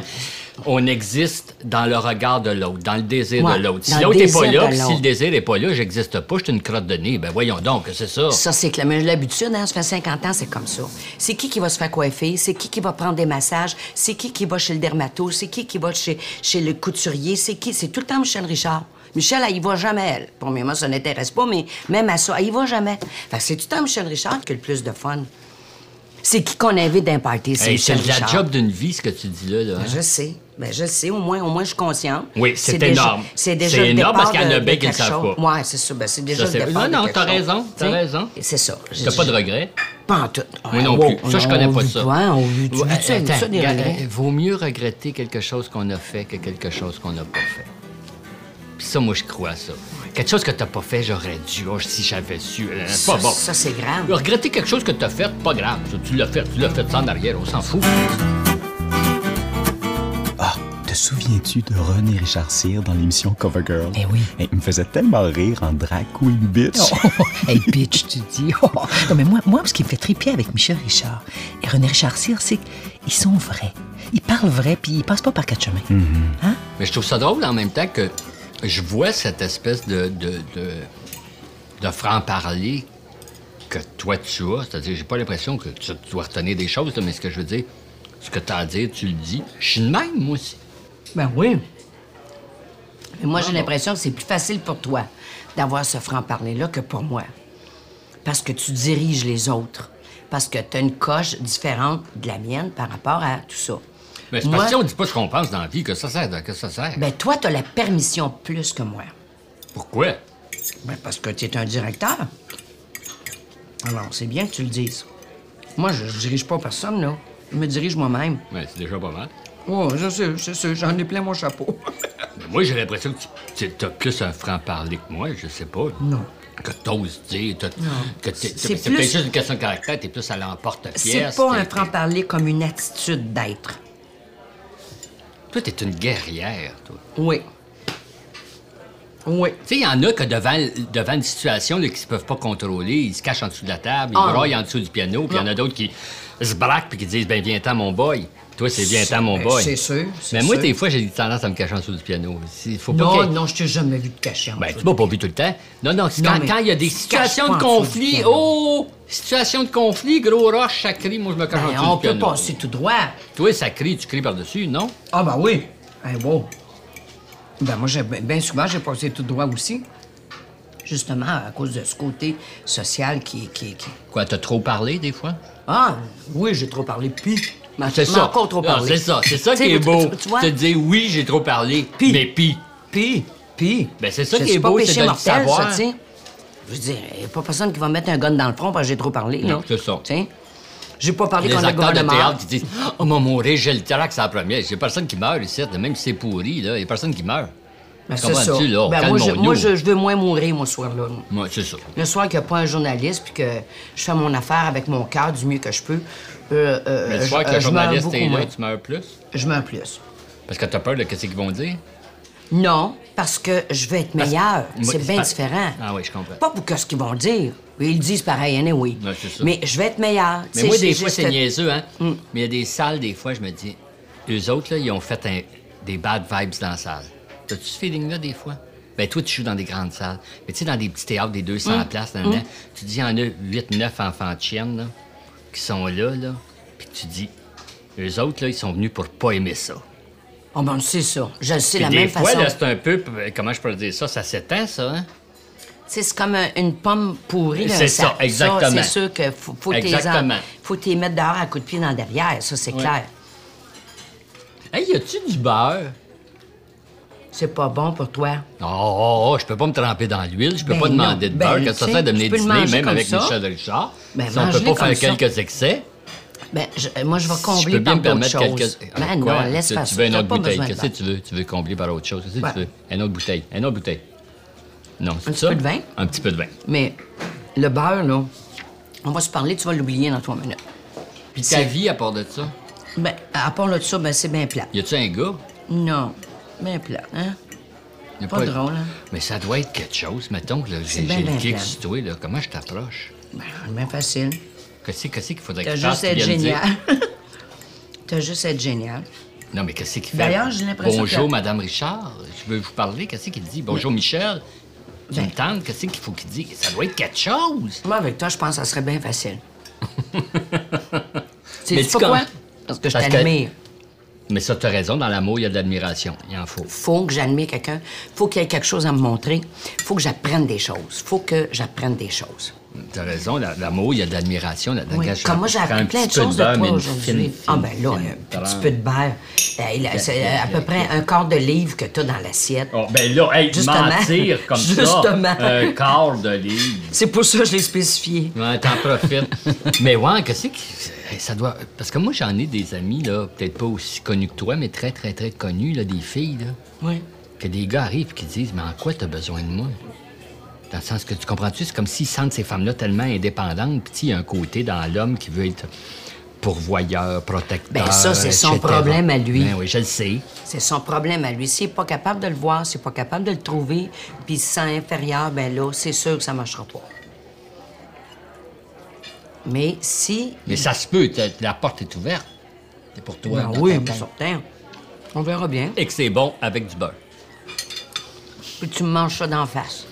Speaker 5: On existe dans le regard de l'autre, dans le désir
Speaker 6: Ouais,
Speaker 5: de l'autre. Si
Speaker 6: dans le
Speaker 5: l'autre n'est pas
Speaker 6: désir
Speaker 5: là,
Speaker 6: de
Speaker 5: puis si
Speaker 6: l'autre.
Speaker 5: le désir n'est pas là, j'existe pas, je suis une crotte de nez. Ben voyons donc, c'est ça.
Speaker 6: Ça, c'est que la- mais l'habitude, hein, ça fait 50 ans, c'est comme ça. C'est qui qui va se faire coiffer? C'est qui qui va prendre des massages? C'est qui qui va chez le dermato? C'est qui qui va chez, chez le couturier? C'est qui? C'est tout le temps Michel Richard. Michel, elle y va jamais, elle. Premièrement, ça n'intéresse pas, mais même à ça, elle y va jamais. Fait que c'est tout le temps Michel Richard qui a le plus de fun. C'est qui qu'on invite d'un party? C'est
Speaker 5: Hey, c'est
Speaker 6: Michel
Speaker 5: de la
Speaker 6: Richard.
Speaker 5: job d'une vie, ce que tu dis là. là, hein?
Speaker 6: Ben, je sais. Ben, je sais. Au moins, au moins, je suis consciente.
Speaker 5: Oui, c'est
Speaker 6: déjà-
Speaker 5: énorme.
Speaker 6: C'est déjà
Speaker 5: C'est
Speaker 6: le
Speaker 5: énorme parce
Speaker 6: départ
Speaker 5: qu'il y en a
Speaker 6: de-
Speaker 5: bien
Speaker 6: de
Speaker 5: qui le
Speaker 6: quelque
Speaker 5: savent
Speaker 6: chose.
Speaker 5: pas.
Speaker 6: Ouais, c'est ça. Ben, c'est
Speaker 5: Ça,
Speaker 6: déjà le
Speaker 5: c'est-
Speaker 6: départ.
Speaker 5: Non,
Speaker 6: de
Speaker 5: non,
Speaker 6: quelque
Speaker 5: t'as
Speaker 6: chose.
Speaker 5: raison, t'as
Speaker 6: Tu sais,
Speaker 5: raison.
Speaker 6: C'est ça. J'ai-
Speaker 5: T'as pas de
Speaker 6: j'ai-
Speaker 5: regrets?
Speaker 6: Pas en tout.
Speaker 5: Moi non
Speaker 6: Wow.
Speaker 5: plus. Ça, je
Speaker 6: On
Speaker 5: connais pas
Speaker 6: vit
Speaker 5: ça.
Speaker 6: quoi? On vit tu
Speaker 5: Ouais,
Speaker 6: vis ça, on vit
Speaker 5: attends,
Speaker 6: ça, des
Speaker 5: regarde,
Speaker 6: regrets?
Speaker 5: euh, Vaut mieux regretter quelque chose qu'on a fait que quelque chose qu'on n'a pas fait. Puis ça, moi, je crois à ça. Quelque chose que t'as pas fait, j'aurais dû. Oh, si j'avais su. euh,
Speaker 6: Ça,
Speaker 5: pas bon.
Speaker 6: Ça, c'est grave.
Speaker 5: Regretter quelque chose que t'as fait, pas grave. Ça, Tu l'as fait, tu l'as fait sans arrière, on s'en fout.
Speaker 2: Ah, te souviens-tu de René Richard Cyr dans l'émission Cover Girl?
Speaker 3: Eh oui. Oh.
Speaker 2: Eh, il me faisait tellement rire en drag queen bitch.
Speaker 3: hey, bitch, tu dis. Oh. Non, mais moi, moi, ce qui me fait triper avec Michel Richard et René Richard Cyr, c'est qu'ils sont vrais. Ils parlent vrai, puis ils passent pas par quatre chemins. Hein?
Speaker 5: Mais je trouve ça drôle en même temps que je vois cette espèce de, de, de- de franc-parler que toi tu as. C'est-à-dire, j'ai pas l'impression que tu tu dois retenir des choses, là, mais ce que je veux dire, ce que t'as à dire, tu le dis. Je suis de même, moi aussi.
Speaker 6: Ben oui. Mais moi, j'ai l'impression que c'est plus facile pour toi d'avoir ce franc-parler-là que pour moi. Parce que tu diriges les autres. Parce que tu as une coche différente de la mienne par rapport à tout ça.
Speaker 5: Mais c'est
Speaker 6: Moi-
Speaker 5: parce que si on dit pas ce qu'on pense dans la vie, que ça sert, de- que ça sert.
Speaker 6: Ben, toi, t'as la permission plus que moi.
Speaker 5: Pourquoi?
Speaker 6: Ben, parce que tu es un directeur. Alors, c'est bien que tu le dises. Moi, je, je dirige pas personne, là. Je me dirige moi-même.
Speaker 5: Ben, c'est déjà pas mal.
Speaker 6: Oh, je sais, je sais, j'en ai plein mon chapeau.
Speaker 5: Mais moi, j'ai l'impression que tu tu- t'as plus un franc-parler que moi, je sais pas.
Speaker 6: Non.
Speaker 5: Que t'oses dire, t'as- que t'es-
Speaker 6: C'est
Speaker 5: c'est
Speaker 6: plus-
Speaker 5: peut-être juste une question de caractère, t'es plus à l'emporte-pièce.
Speaker 6: C'est pas
Speaker 5: t'es-
Speaker 6: un franc-parler comme une attitude d'être.
Speaker 5: Toi, t'es une guerrière, toi.
Speaker 6: Oui. Oui.
Speaker 5: Tu sais, il y en a que devant, l- devant une situation là, qu'ils ne peuvent pas contrôler, ils se cachent en dessous de la table, ils
Speaker 6: Ah.
Speaker 5: braillent en dessous du piano, puis il y en a d'autres qui se braquent puis qui disent ben viens-t'en mon boy. Toi, c'est viens-t'en mon
Speaker 6: ben,
Speaker 5: boy.
Speaker 6: c'est sûr, c'est
Speaker 5: Mais moi,
Speaker 6: sûr.
Speaker 5: des fois, j'ai tendance à me cacher en dessous du piano. Il faut pas
Speaker 6: Non,
Speaker 5: qu'il-
Speaker 6: non, je t'ai jamais vu te cacher. en
Speaker 5: Ben,
Speaker 6: dessous.
Speaker 5: tu m'as pas vu tout le temps. Non, non, c'est
Speaker 6: Non,
Speaker 5: quand
Speaker 6: mais
Speaker 5: quand il y a des
Speaker 6: tu te caches
Speaker 5: situations
Speaker 6: pas
Speaker 5: de
Speaker 6: en dessous du
Speaker 5: conflit,
Speaker 6: piano.
Speaker 5: oh, situation de conflit, gros roche, ça crie, moi, je me cache en
Speaker 6: Ben, on
Speaker 5: dessous du
Speaker 6: peut
Speaker 5: piano.
Speaker 6: passer tout droit.
Speaker 5: Toi, ça crie, tu cries par-dessus, non?
Speaker 6: Ah, ben oui. Eh, wow. Ben, moi, j'ai, ben souvent, j'ai passé tout droit aussi. Justement, à cause de ce côté social qui. qui, qui...
Speaker 5: Quoi, t'as trop parlé, des fois?
Speaker 6: Ah, oui, j'ai trop parlé. Puis, mais
Speaker 5: Ah, C'est ça.
Speaker 6: encore trop
Speaker 5: Non,
Speaker 6: parlé.
Speaker 5: C'est ça, c'est ça
Speaker 6: Tu
Speaker 5: qui
Speaker 6: sais,
Speaker 5: est
Speaker 6: tu-
Speaker 5: beau.
Speaker 6: Tu, tu vois?
Speaker 5: Te dire, oui, j'ai trop parlé,
Speaker 6: Puis.
Speaker 5: mais pis.
Speaker 6: Puis, puis.
Speaker 5: Ben, c'est ça
Speaker 6: Je
Speaker 5: qui est
Speaker 6: suis pas
Speaker 5: beau,
Speaker 6: péché
Speaker 5: c'est de le
Speaker 6: mortel,
Speaker 5: savoir.
Speaker 6: ça, tu sais. Je veux dire, y a pas personne qui va mettre un gun dans le front parce que j'ai trop parlé.
Speaker 5: Non,
Speaker 6: là.
Speaker 5: c'est ça.
Speaker 6: Tu sais? J'ai pas parlé
Speaker 5: Les
Speaker 6: contre le
Speaker 5: acteurs de
Speaker 6: gouvernement.
Speaker 5: théâtre qui disent Oh, mon mourir, j'ai le trac, c'est la première. Il n'y a personne qui meurt ici, même si c'est pourri, là. Il n'y a personne qui meurt.
Speaker 6: Ben, c'est ça.
Speaker 5: Comprends-tu, là?
Speaker 6: Ben, moi, je,
Speaker 5: Calmons-nous.
Speaker 6: moi, je, Euh, je veux moins mourir, moi, ce soir-là.
Speaker 5: Moi, c'est ça.
Speaker 6: Le soir qu'il n'y a pas un journaliste puis que je fais mon affaire avec mon cœur du mieux que je peux, euh, euh,
Speaker 5: Mais le
Speaker 6: je-
Speaker 5: soir que
Speaker 6: euh,
Speaker 5: le
Speaker 6: je meurs
Speaker 5: journaliste
Speaker 6: beaucoup
Speaker 5: est là,
Speaker 6: moins.
Speaker 5: tu meurs plus.
Speaker 6: Je meurs plus.
Speaker 5: Parce que t'as peur de ce qu'ils vont dire.
Speaker 6: Non, parce que je veux être meilleur.
Speaker 5: Moi,
Speaker 6: C'est bien
Speaker 5: pas-
Speaker 6: différent.
Speaker 5: Ah oui, je comprends.
Speaker 6: Pas pour que ce qu'ils vont dire. Ils le disent pareil, oui.
Speaker 5: Ouais, c'est ça.
Speaker 6: Mais je vais être meilleur. Tu
Speaker 5: Mais
Speaker 6: sais,
Speaker 5: moi,
Speaker 6: j'ai- Mm.
Speaker 5: des
Speaker 6: j'ai
Speaker 5: fois, c'est
Speaker 6: cette-
Speaker 5: niaiseux, hein. Mais il y a des salles, des fois, je me dis Eux autres, là, ils ont fait un- des bad vibes dans la salle. T'as-tu ce feeling-là, des fois? Ben, toi, tu joues dans des grandes salles. Mais tu sais, dans des petits théâtres des 200
Speaker 6: Mm.
Speaker 5: places, là, tu dis, il y en a 8, 9 enfants de chiennes, là, qui sont là, là. Puis tu dis, eux autres, là, ils sont venus pour pas aimer ça.
Speaker 6: Oh, ben, c'est ça. Je le sais
Speaker 5: Puis
Speaker 6: la
Speaker 5: des
Speaker 6: même
Speaker 5: fois,
Speaker 6: façon.
Speaker 5: là,
Speaker 6: Tu
Speaker 5: c'est un peu, euh, comment je peux dire ça, ça s'étend, ça, hein?
Speaker 6: sais, c'est comme un- une pomme pourrie d'un
Speaker 5: C'est
Speaker 6: sac.
Speaker 5: ça, exactement.
Speaker 6: c'est sûr que faut, faut t'y
Speaker 5: Exactement.
Speaker 6: faut t'y mettre dehors à coup de pied dans le derrière. Ça, c'est
Speaker 5: Ouais.
Speaker 6: clair.
Speaker 5: Hey, y a-tu du beurre?
Speaker 6: C'est pas bon pour toi.
Speaker 5: Oh, oh, oh, je peux pas me tremper dans l'huile, je peux
Speaker 6: Ben
Speaker 5: pas demander
Speaker 6: non,
Speaker 5: de beurre,
Speaker 6: ben,
Speaker 5: que ça
Speaker 6: tu
Speaker 5: sert
Speaker 6: sais,
Speaker 5: de mener
Speaker 6: tu peux le
Speaker 5: dîner,
Speaker 6: manger
Speaker 5: même
Speaker 6: comme
Speaker 5: avec
Speaker 6: ça.
Speaker 5: Michel Richard.
Speaker 6: Ben,
Speaker 5: si on peut
Speaker 6: mange-le
Speaker 5: pas faire
Speaker 6: comme ça.
Speaker 5: quelques excès,
Speaker 6: Ben, je- moi, je vais
Speaker 5: si je
Speaker 6: combler
Speaker 5: peux bien
Speaker 6: par
Speaker 5: me
Speaker 6: d'autres
Speaker 5: permettre
Speaker 6: choses.
Speaker 5: quelques... Ah,
Speaker 6: Ben,
Speaker 5: quoi?
Speaker 6: non, laisse
Speaker 5: tu,
Speaker 6: faire
Speaker 5: tu
Speaker 6: ça.
Speaker 5: veux une
Speaker 6: T'as
Speaker 5: autre
Speaker 6: pas
Speaker 5: bouteille,
Speaker 6: besoin
Speaker 5: qu'est-ce
Speaker 6: de
Speaker 5: que
Speaker 6: beurre.
Speaker 5: tu veux? Tu veux combler par autre chose, qu'est-ce que tu
Speaker 6: Ouais.
Speaker 5: veux? Une autre bouteille, une autre bouteille. Non, c'est
Speaker 6: Un petit
Speaker 5: ça?
Speaker 6: peu de vin?
Speaker 5: Un petit peu de vin.
Speaker 6: Mais le beurre, là, on va se parler, tu vas l'oublier dans trois minutes.
Speaker 5: Puis ta vie, à part de ça,
Speaker 6: Ben, à part là de ça, ben, c'est bien plat.
Speaker 5: y a-tu un gars?
Speaker 6: Non, bien plat, hein?
Speaker 5: Y a
Speaker 6: Pas drôle, hein?
Speaker 5: Mais ça doit être quelque chose. Mettons que là, j'ai
Speaker 6: bien,
Speaker 5: j'ai le
Speaker 6: bien
Speaker 5: kick
Speaker 6: plate.
Speaker 5: sur toi, là. Comment je t'approche?
Speaker 6: Ben, bien facile.
Speaker 5: Qu'est-ce qu'est-ce qu'il faudrait que
Speaker 6: T'as
Speaker 5: tu
Speaker 6: juste
Speaker 5: fasses,
Speaker 6: à être
Speaker 5: tu viens de dire?
Speaker 6: génial. T'as juste à être génial.
Speaker 5: Non, mais qu'est-ce qu'il fait?
Speaker 6: D'ailleurs, j'ai l'impression
Speaker 5: Bonjour,
Speaker 6: que-
Speaker 5: Madame Richard. Je veux vous parler. Qu'est-ce qu'il dit? Bonjour, Michel. Tu
Speaker 6: Ben.
Speaker 5: me tentes? Qu'est-ce qu'il faut qu'il dise? Ça doit être quelque chose.
Speaker 6: Moi, avec toi, je pense que ça serait bien facile.
Speaker 5: Mais
Speaker 6: sais
Speaker 5: tu
Speaker 6: pourquoi?
Speaker 5: com-
Speaker 6: Parce que je
Speaker 5: Parce que-
Speaker 6: t'admire.
Speaker 5: Mais ça, t'as raison. Dans l'amour, il y a de l'admiration. Il en faut.
Speaker 6: Faut que j'admire quelqu'un. Faut qu'il y ait quelque chose à me montrer. Faut que j'apprenne des choses. Faut que j'apprenne des choses.
Speaker 5: T'as raison. la- L'amour, il y a de l'admiration. La- la-
Speaker 6: Oui,
Speaker 5: gars, je
Speaker 6: Comme moi,
Speaker 5: prends
Speaker 6: j'ai
Speaker 5: un
Speaker 6: appris plein de
Speaker 5: petit peu
Speaker 6: choses de,
Speaker 5: beurre, mais
Speaker 6: toi
Speaker 5: une
Speaker 6: aujourd'hui.
Speaker 5: fine,
Speaker 6: Ah,
Speaker 5: fine,
Speaker 6: ben là,
Speaker 5: fine
Speaker 6: un petit
Speaker 5: beurre.
Speaker 6: peu de beurre. Eh, là, C'est
Speaker 5: bien,
Speaker 6: à
Speaker 5: bien,
Speaker 6: peu près un quart de livre que t'as dans l'assiette.
Speaker 5: Oh, ben là, hey,
Speaker 6: Justement.
Speaker 5: mentir comme
Speaker 6: Justement.
Speaker 5: ça. Un quart de livre.
Speaker 6: C'est pour ça que je l'ai spécifié.
Speaker 5: Ouais, t'en profites. mais ouais, qu'est-ce que ça doit. Parce que moi, j'en ai des amis, là, peut-être pas aussi connus que toi, mais très, très, très connus, là, des filles, là.
Speaker 6: Oui.
Speaker 5: Que des gars arrivent et qui disent Mais en quoi t'as besoin de moi Dans le sens que tu comprends-tu, c'est comme s'ils sentent ces femmes-là tellement indépendantes, puis tu sais, il y a un côté dans l'homme qui veut être pourvoyeur, protecteur.
Speaker 6: Ben, ça, c'est son
Speaker 5: etc..
Speaker 6: problème à lui.
Speaker 5: Ben oui, je le sais.
Speaker 6: C'est son problème à lui. S'il n'est pas capable de le voir, s'il n'est pas capable de le trouver, puis il se sent inférieur, ben là, c'est sûr que ça ne marchera pas. Mais si.
Speaker 5: Mais ça se peut, t'as- la porte est ouverte. C'est pour toi.
Speaker 6: Ben
Speaker 5: dans
Speaker 6: oui,
Speaker 5: ta
Speaker 6: ben,
Speaker 5: tête.
Speaker 6: certain. On verra bien.
Speaker 5: Et que c'est bon avec du beurre.
Speaker 6: Puis tu me manges ça d'en face.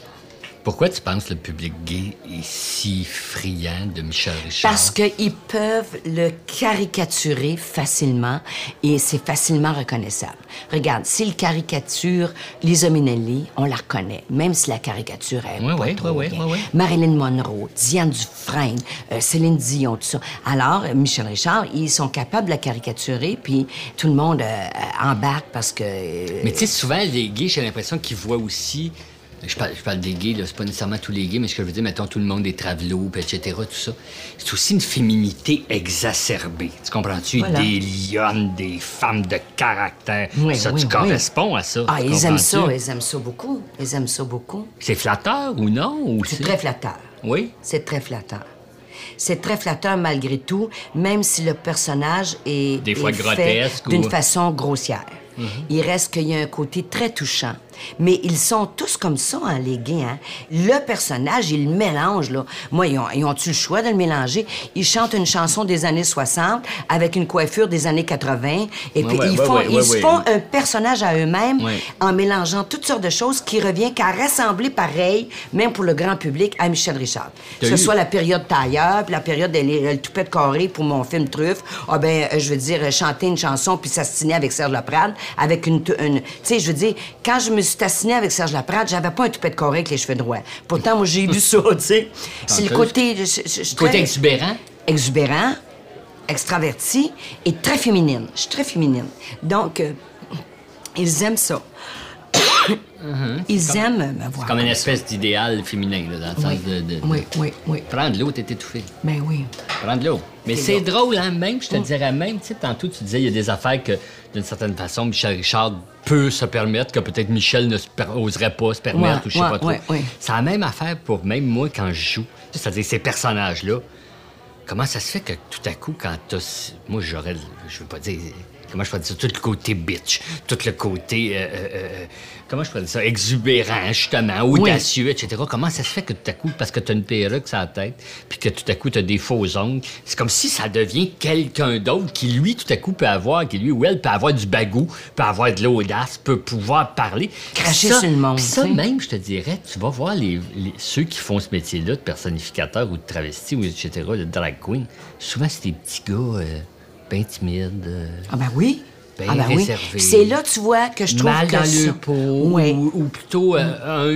Speaker 5: Pourquoi tu penses que le public gay est si friand de Michel Richard?
Speaker 6: Parce qu'ils peuvent le caricaturer facilement et c'est facilement reconnaissable. Regarde, s'il caricature Lisa Minnelli, on la reconnaît, même si la caricature est
Speaker 5: Ouais,
Speaker 6: pas
Speaker 5: ouais,
Speaker 6: trop
Speaker 5: ouais, ouais,
Speaker 6: bien.
Speaker 5: ouais, ouais.
Speaker 6: Marilyn Monroe, Diane Dufresne, euh, Céline Dion, tout ça. Alors, euh, Michel Richard, ils sont capables de la caricaturer, puis tout le monde euh, euh, embarque parce que... euh,
Speaker 5: Mais tu sais, souvent, les gays, j'ai l'impression qu'ils voient aussi. Je parle, je parle des gays, là, c'est pas nécessairement tous les gays, mais ce que je veux dire, mettons tout le monde des travelots, puis etc., tout ça. C'est aussi une féminité exacerbée. Tu comprends-tu?
Speaker 6: Voilà.
Speaker 5: Des lionnes, des femmes de caractère.
Speaker 6: Oui,
Speaker 5: ça,
Speaker 6: oui,
Speaker 5: tu
Speaker 6: oui.
Speaker 5: corresponds à ça.
Speaker 6: Ah,
Speaker 5: tu
Speaker 6: ils aiment ça,
Speaker 5: comprends-tu?
Speaker 6: ils aiment ça beaucoup. Ils aiment ça beaucoup.
Speaker 5: C'est flatteur ou non? Ou
Speaker 6: C'est très flatteur.
Speaker 5: Oui?
Speaker 6: C'est très flatteur. C'est très flatteur malgré tout, même si le personnage est,
Speaker 5: Des fois
Speaker 6: est fait
Speaker 5: grotesque ou- Mhm.
Speaker 6: d'une façon grossière. Il reste qu'il y a un côté très touchant. Mais ils sont tous comme ça, hein, les gays. hein. Le personnage, il le mélange. Là. Moi, ils ont- ils ont-tu le choix de le mélanger? Ils chantent une chanson des années 60 avec une coiffure des années 80. Et puis,
Speaker 5: ouais,
Speaker 6: ils,
Speaker 5: ouais,
Speaker 6: font,
Speaker 5: ouais,
Speaker 6: ils
Speaker 5: ouais,
Speaker 6: se
Speaker 5: ouais.
Speaker 6: font un personnage à eux-mêmes
Speaker 5: Ouais.
Speaker 6: en mélangeant toutes sortes de choses qui revient qu'à rassembler pareil, même pour le grand public, à Michel Richard. Que
Speaker 5: T'as
Speaker 6: ce
Speaker 5: eu-
Speaker 6: soit la période tailleur, puis la période des les- euh, le toupet de carré pour mon film Truffe. Ah ben, euh, je veux dire, euh, chanter une chanson puis s'astiner avec Serge Laprade, avec une... tou- une- tu sais, je veux dire, quand je me suis assinée avec Serge Laprade, j'avais pas un toupet de carré avec les cheveux droits. Pourtant, moi, j'ai vu ça, tu sais. C'est le
Speaker 5: Chanteuse.
Speaker 6: côté... je- je- je-
Speaker 5: Côté
Speaker 6: très-
Speaker 5: exubérant?
Speaker 6: exubérant, extraverti et très féminine. Je suis très féminine. Donc, euh, ils aiment ça. ils aiment me voir.
Speaker 5: Comme une espèce d'idéal féminin, là, dans le sens de. de- de-
Speaker 6: Oui, oui, oui.
Speaker 5: Prends de l'eau, t'es étouffé.
Speaker 6: Ben oui.
Speaker 5: Prends de l'eau. Mais c'est drôle, hein? Même, je te dirais même, tu sais, tantôt, tu disais, il y a des affaires que, d'une certaine façon, Michel Richard peut se permettre, que peut-être Michel ne se per- oserait pas se permettre,
Speaker 6: Ouais,
Speaker 5: ou je sais
Speaker 6: ouais,
Speaker 5: pas trop.
Speaker 6: ouais, ouais.
Speaker 5: C'est la même affaire pour même moi quand je joue. C'est-à-dire, ces personnages-là, comment ça se fait que tout à coup, quand t'as. ce- Moi, j'aurais. le- Je veux pas dire. Comment je pourrais dire ça? Tout le côté bitch, tout le côté. euh, euh, euh, comment je pourrais dire ça? Exubérant, justement, audacieux, etc. Comment ça se fait que tout à coup, parce que t'as une perruque sur la tête, puis que tout à coup, t'as des faux ongles, c'est comme si ça devient quelqu'un d'autre qui, lui, tout à coup, peut avoir, qui, lui ou elle, peut avoir du bagou, peut avoir de l'audace, peut pouvoir parler.
Speaker 6: Cracher
Speaker 5: Ça-
Speaker 6: sur le monde,
Speaker 5: puis Ça,
Speaker 6: tu sais.
Speaker 5: même, je te dirais, tu vas voir les, les- ceux qui font ce métier-là de personnificateur ou de travesti ou etc., de drag queen. Souvent, c'est des petits gars euh, ben timides. euh,
Speaker 6: Ah ben oui.
Speaker 5: Ben
Speaker 6: ah ben
Speaker 5: réservé.
Speaker 6: oui. C'est là, tu vois, que je trouve
Speaker 5: mal
Speaker 6: que
Speaker 5: dans
Speaker 6: ça...
Speaker 5: le pot,
Speaker 6: Oui.
Speaker 5: ou, ou plutôt euh,